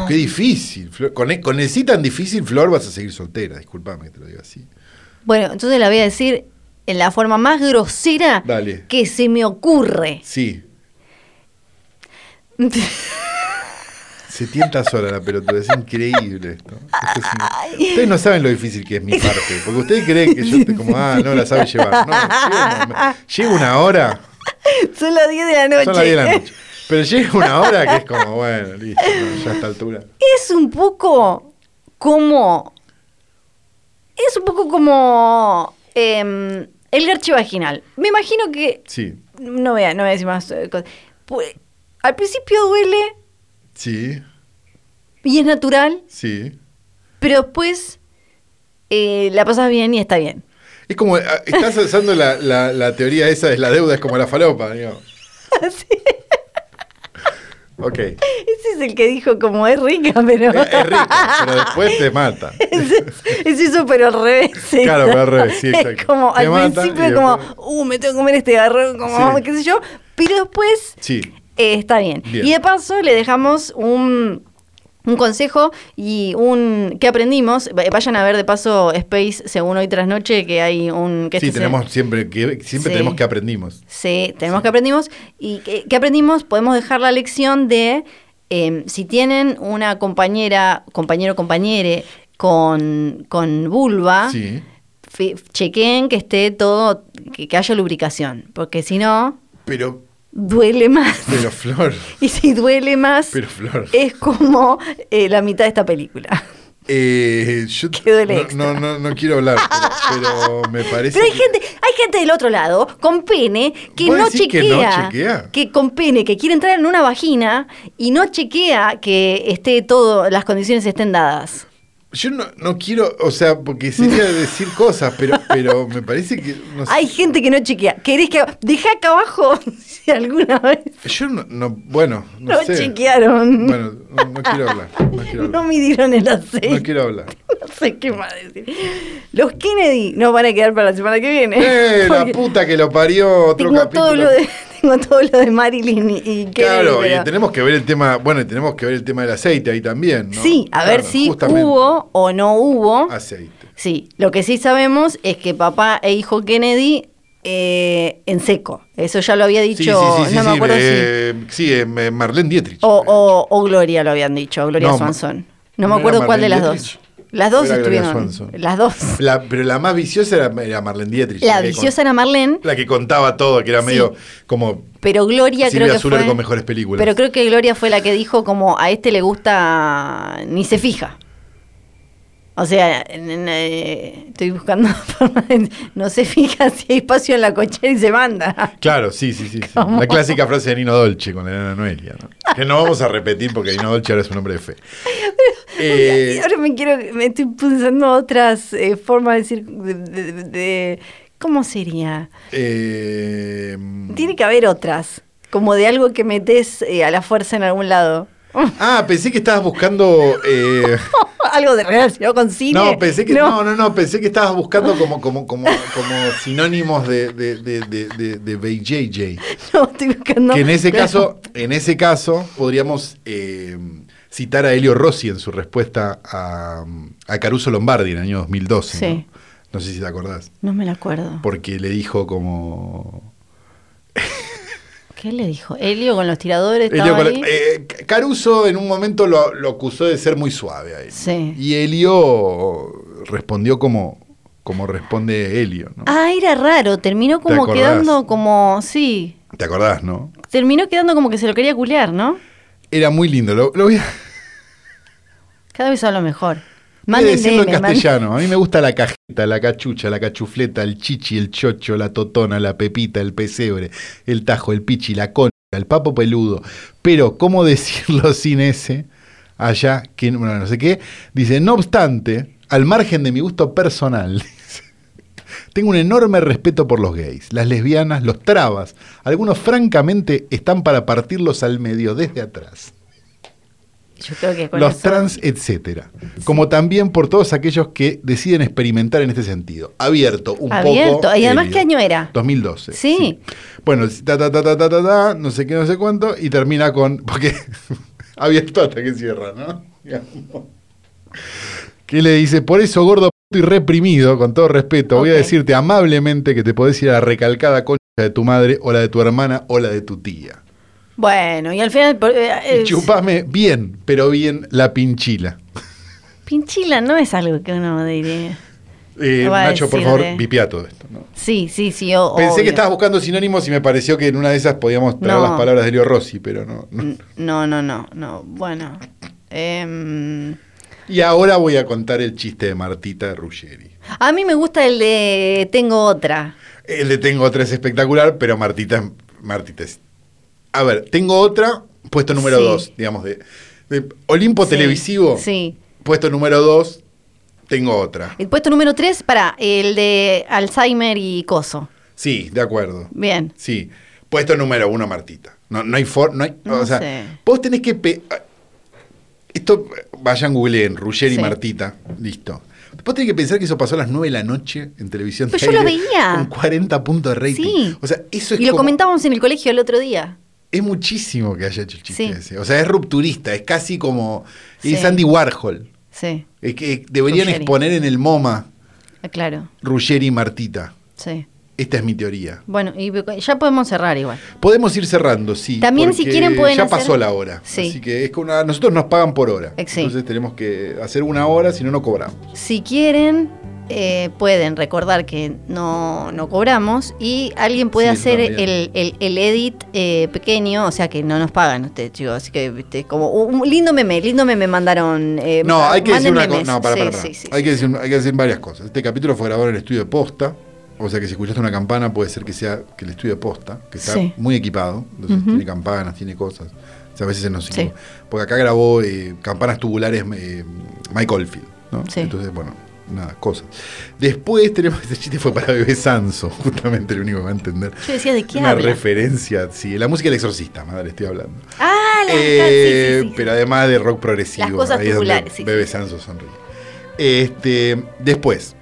S2: Qué difícil. Flor. Con, el, con el sí tan difícil, Flor, vas a seguir soltera. Disculpame que te lo diga así.
S1: Bueno, entonces la voy a decir en la forma más grosera
S2: Dale.
S1: que se me
S2: <laughs>
S1: ocurre.
S2: Sí. Se tienta sola la pelota, es increíble esto. Esto es in- Ustedes no saben lo difícil que es mi parte, porque ustedes creen que yo te como, ah, no la sabe llevar. No, llevo una, llevo una hora,
S1: Son las 10 de la noche.
S2: son las 10 de la noche. Pero llega una hora que es como, bueno, listo, no, ya a esta altura.
S1: Es un poco como. Es un poco como. em, el garche vaginal. Me imagino que.
S2: Sí,
S1: No voy a, no voy a decir más eh, cosas. Pues, al principio duele
S2: sí,
S1: y es natural,
S2: sí.
S1: pero después eh, la pasas bien y está bien. <laughs>
S2: Es como, ah, estás usando la, la- la teoría esa de la deuda, es como la falopa, digo. Ok, es,
S1: Ese es el que dijo como es rica, pero.
S2: Eh, es rico,
S1: <laughs>
S2: pero después te mata.
S1: Es, <laughs> es eso, pero al
S2: <laughs>
S1: revés. exacto.
S2: Claro, pero al revés, sí,
S1: <laughs> Es
S2: exacto.
S1: como
S2: Te
S1: al
S2: matan
S1: principio,
S2: y
S1: como,
S2: después-
S1: uh, me tengo que comer este garrón, como,
S2: Sí.
S1: qué sé yo. Pero después
S2: Sí,
S1: eh, está bien.
S2: Bien.
S1: Y de paso, le dejamos un. Un consejo y un que aprendimos, Va- vayan a ver de paso Space según hoy tras noche que hay un que
S2: sí,
S1: este se-
S2: tenemos siempre que siempre
S1: Sí.
S2: tenemos que aprendimos.
S1: Sí, tenemos que aprendimos. ¿Y qué, qué aprendimos? Podemos dejar la lección de eh, si tienen una compañera, compañero, compañere con, con vulva,
S2: Sí.
S1: fi- chequeen que esté todo, que, que haya lubricación, porque si no,
S2: Pero,
S1: duele más.
S2: pero Flor,
S1: <laughs> Y si duele más,
S2: pero Flor.
S1: es como eh, la mitad de esta película.
S2: eh, yo
S1: Qué duele
S2: no-
S1: extra.
S2: no, no, no quiero hablar,
S1: <laughs>
S2: pero, pero me parece.
S1: Pero hay
S2: que-
S1: gente, hay gente del otro lado, con pene, que
S2: ¿Vos
S1: no
S2: decís
S1: chequea.
S2: que no chequea?
S1: que con pene, que quiere entrar en una vagina y no chequea que esté todo, las condiciones estén dadas.
S2: Yo no, no quiero, o sea, porque sería decir cosas, pero, pero me parece que. No sé.
S1: Hay gente que no chequea. ¿Querés que.? Dejá acá abajo <laughs> si alguna vez
S2: Yo no, no- bueno, no,
S1: no
S2: sé.
S1: chequearon.
S2: Bueno, no, no quiero hablar. No quiero
S1: <laughs> no
S2: hablar.
S1: midieron el aceite.
S2: No
S1: <laughs>
S2: quiero hablar.
S1: No sé qué más decir. Los Kennedy no van a quedar para la semana que viene.
S2: ¡Eh,
S1: <laughs>
S2: la
S1: Porque
S2: puta que lo parió! Otro
S1: tengo,
S2: capítulo.
S1: todo lo de, <laughs> tengo todo lo de Marilyn y, y Kennedy.
S2: Claro,
S1: pero-
S2: y tenemos que ver el tema, bueno, y tenemos que ver el tema del aceite ahí también, ¿no?
S1: Sí, a ver
S2: Claro,
S1: si
S2: justamente.
S1: hubo o no hubo.
S2: aceite.
S1: Sí, lo que sí sabemos es que papá e hijo Kennedy eh, en seco. Eso ya lo había
S2: Sí,
S1: dicho,
S2: sí, sí, sí,
S1: no me
S2: sí,
S1: acuerdo si. Oh.
S2: eh, sí, eh, me- Marlene Dietrich.
S1: O, o- o Gloria lo habían dicho, Gloria
S2: No,
S1: Swanson.
S2: ¿no
S1: No
S2: era
S1: me acuerdo cuál de las
S2: Marlene
S1: dos.
S2: Dietrich?
S1: Las dos
S2: Era Gloria
S1: estuvieron.
S2: Swanson.
S1: Las dos.
S2: La- pero la más viciosa era, era Marlene Dietrich.
S1: La
S2: que
S1: viciosa era Marlene,
S2: con- la que contaba todo, que era
S1: Sí.
S2: medio como
S1: pero Gloria
S2: Silvia
S1: creo que
S2: Zuller
S1: fue.
S2: con mejores películas.
S1: Pero creo que Gloria fue la que dijo como a este le gusta ni se fija. O sea, en- en- eh, estoy buscando <laughs> forma de- no se fija si hay espacio en la cochera y se manda.
S2: Claro, sí, sí, sí. sí.
S1: ¿Cómo?
S2: La clásica frase de Nino Dolce con la nana Noelia, ¿no? Que no vamos a repetir porque Nino Dolce ahora es un hombre
S1: <laughs>
S2: de fe. Eh,
S1: Y ahora me quiero, me estoy pensando otras eh, formas de decir, de- de- de- de- ¿cómo sería?
S2: eh,
S1: Tiene que haber otras, como de algo que metes eh, a la fuerza en algún lado. <laughs>
S2: Ah, pensé que estabas buscando. eh,
S1: algo de relación con cine.
S2: no, pensé que. No. no, no, pensé que estabas buscando como, como, como, como sinónimos de, de, de, de, de, de BJJ.
S1: <laughs> no, estoy buscando.
S2: que en ese
S1: Claro.
S2: caso, en ese caso, podríamos eh, citar a Elio Rossi en su respuesta a, a Caruso Lombardi en el año 2012.
S1: Sí.
S2: ¿no? No sé si te acordás.
S1: No me lo acuerdo.
S2: Porque le dijo como.
S1: ¿Qué le dijo? Helio con los tiradores.
S2: Elio
S1: estaba
S2: Col-
S1: ahí.
S2: eh, C- Caruso en un momento lo, lo acusó de ser muy suave a él.
S1: Sí.
S2: Y Elio respondió como, como responde Elio, ¿no?
S1: Ah, era raro. Terminó como
S2: acordás?
S1: quedando como. Sí.
S2: ¿Te acordás, no?
S1: Terminó quedando como que se lo quería culear, ¿no?
S2: Era muy lindo. Lo, lo voy a, <laughs>
S1: Cada vez hablo mejor.
S2: voy a
S1: Manden
S2: decirlo en
S1: DM, manden-
S2: Eh, castellano. A mí me gusta la cajeta, la cachucha, la cachufleta, el chichi, el chocho, la totona, la pepita, el pesebre, el tajo, el pichi, la concha, el papo peludo. Pero, ¿cómo <laughs> decirlo sin ese? Allá, que bueno, no sé qué. Dice, no obstante, al margen de mi gusto personal, <laughs> Tengo un enorme respeto por los gays, las lesbianas, los trabas. Algunos francamente están para partirlos al medio desde atrás.
S1: Yo creo que con
S2: los
S1: eso-
S2: trans, etcétera. Como también por todos aquellos que deciden experimentar en este sentido. Abierto, un
S1: Abierto.
S2: poco.
S1: Y además,
S2: Helio.
S1: ¿qué año era?
S2: 2012.
S1: Sí.
S2: Bueno, ta, ta, ta, ta, ta, ta, ta, no sé qué, no sé cuánto, y termina con. <laughs> Porque. abierto hasta que cierra, ¿no? Digamos. Que le dice, por eso, gordo puto y reprimido, con todo respeto, voy a
S1: Ok.
S2: decirte amablemente que te podés ir a la recalcada concha de tu madre, o la de tu hermana, o la de tu tía.
S1: Bueno, y al final. por- eh,
S2: Y
S1: eh,
S2: chupame bien, pero bien la pinchila.
S1: Pinchila no es algo que uno diría.
S2: Eh,
S1: Lo va a
S2: Nacho, por
S1: decir
S2: favor,
S1: de-
S2: vipia todo esto. ¿no?
S1: Sí, sí, sí. o-
S2: Pensé que
S1: obvio.
S2: estabas buscando sinónimos y me pareció que en una de esas podíamos traer
S1: No.
S2: las palabras de Leo Rossi, pero no. no.
S1: N- No, no, no, no. Bueno. Em,
S2: Y ahora voy a contar el chiste de Martita Ruggeri.
S1: a mí me gusta el de. Tengo otra.
S2: El de Eh, Tengo otra es espectacular, pero Martita, Martita es... A ver, tengo otra, puesto número
S1: Sí.
S2: 2, digamos, de, de Olimpo
S1: Sí,
S2: Televisivo,
S1: Sí.
S2: puesto número 2, tengo otra.
S1: El puesto número 3, para, el de Alzheimer y Coso.
S2: Sí, de acuerdo.
S1: Bien.
S2: Sí, puesto número 1, Martita. No, no hay for, no hay,
S1: No
S2: o sea,
S1: sé.
S2: vos tenés que... pe- ah, Esto, vayan, googleen, Ruggeri
S1: Sí.
S2: Martita, listo. Vos tenés que pensar que eso pasó a las 9 de la noche en televisión.
S1: Pero
S2: de
S1: yo lo
S2: aire,
S1: veía.
S2: Con 40 puntos de rating.
S1: Sí.
S2: O sea, eso es
S1: Y lo
S2: como-
S1: comentábamos en el colegio el otro día.
S2: Es muchísimo que haya hecho el chiste
S1: Sí.
S2: ese. O sea, es rupturista, es casi como... Es
S1: Sí.
S2: Andy Warhol.
S1: Sí,
S2: Es que deberían
S1: Ruggeri.
S2: exponer en el MoMA
S1: claro.
S2: Ruggeri Martita.
S1: Sí.
S2: Esta es mi teoría.
S1: Bueno, y ya podemos cerrar igual.
S2: Podemos ir cerrando, sí.
S1: También, si
S2: porque
S1: quieren, pueden
S2: Ya
S1: hacer-
S2: pasó la hora.
S1: Sí.
S2: Así que es que una- nosotros nos pagan por hora.
S1: Ex- sí.
S2: Entonces tenemos que hacer una hora, si no, no cobramos.
S1: Si quieren, eh, pueden recordar que no, no cobramos y alguien puede
S2: Sí,
S1: hacer
S2: también.
S1: el, el- el edit eh, pequeño, o sea que no nos pagan ustedes, chicos. Así que, viste, como un un lindo meme, lindo meme mandaron. eh,
S2: No, hay que decir
S1: manden
S2: una cosa.
S1: memes.
S2: No, para,
S1: Sí,
S2: para, para.
S1: sí, sí,
S2: hay,
S1: sí.
S2: Que decir, hay que decir varias cosas. Este capítulo fue grabado en el estudio de posta. O sea que si escuchaste una campana, puede ser que sea que el estudio de posta, que está
S1: Sí.
S2: muy equipado. Entonces
S1: Ujú.
S2: tiene campanas, tiene cosas. O sea, a veces se nos
S1: Sí.
S2: Porque acá grabó eh, campanas tubulares eh, Mike Oldfield. ¿no?
S1: Sí.
S2: Entonces, bueno, nada, cosas. Después tenemos, este chiste fue para Bebé Sanso, <laughs> justamente el único que va a entender.
S1: Yo decía, ¿de qué
S2: Una
S1: habla?
S2: referencia, sí, la música del exorcista, madre, estoy hablando.
S1: Ah, <laughs> la
S2: Eh,
S1: sí, sí, sí.
S2: Pero además de rock progresivo.
S1: Las cosas
S2: ahí es donde
S1: tubulares, sí,
S2: Bebe
S1: sí.
S2: Sanso sonríe. Este, después,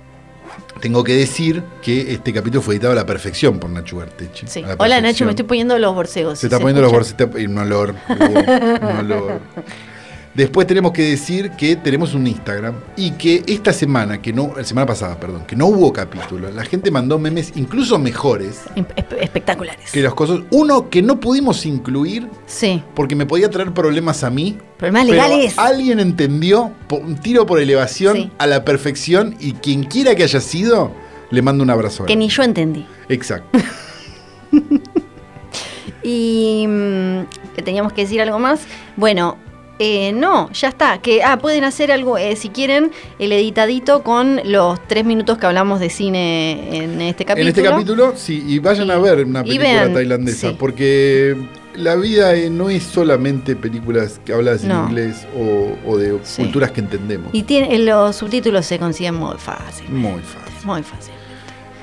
S2: tengo que decir que este capítulo fue editado a la perfección por Nacho Berteche.
S1: Sí.
S2: A la
S1: Hola Nacho,
S2: perfección.
S1: me estoy poniendo los borcegos.
S2: Se está poniendo los borcitas y un olor. uh, un olor. Después tenemos que decir que tenemos un Instagram y que esta semana, que no, la semana pasada, perdón, que no hubo capítulo, la gente mandó memes incluso mejores
S1: borcegos. Espectaculares.
S2: que las cosas. Uno que no pudimos incluir
S1: Sí.
S2: porque me podía traer problemas a mí.
S1: Problemas
S2: pero
S1: legales.
S2: Alguien entendió po- un tiro por elevación
S1: Sí.
S2: a la perfección y quien quiera que haya sido, le mando un abrazo. a él.
S1: Que ni yo entendí.
S2: Exacto.
S1: Y mm, que teníamos que decir algo más. Bueno, eh, no, ya está. Que ah, pueden hacer algo, eh, si quieren, el editadito con los tres minutos que hablamos de cine en este capítulo.
S2: En este capítulo, sí, y vayan a ver una
S1: Y
S2: película
S1: vean,
S2: tailandesa,
S1: sí.
S2: porque la vida eh, no es solamente películas que hablas
S1: No.
S2: en inglés o, o de
S1: Sí.
S2: culturas que entendemos.
S1: Y tiene, los subtítulos se consiguen muy fácil.
S2: Muy fácil.
S1: Muy fácil.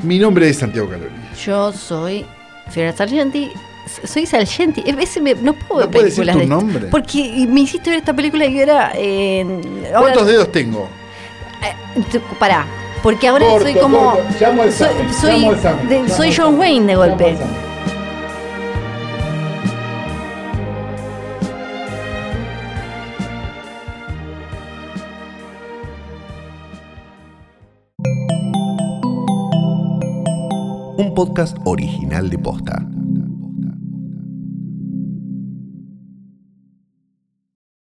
S2: Mi nombre es Santiago Calori.
S1: Yo soy Fiora Sargenti. S- Soy Sargenti. A veces me- no puedo
S2: ¿No
S1: ver
S2: puedes decir
S1: películas
S2: tu
S1: de esto.
S2: nombre?
S1: Porque me hiciste ver esta película que era. eh, ahora-
S2: ¿Cuántos dedos tengo?
S1: eh, t- pará. Porque ahora
S2: Corto,
S1: soy como.
S2: corto. Llamo al
S1: soy
S2: Sami,
S1: soy,
S2: llamo al Sami,
S1: de-
S2: llamo
S1: soy
S2: al
S1: John
S2: Sami,
S1: Wayne de
S2: llamo
S1: golpe.
S2: al Sami.
S3: Un podcast original de Posta.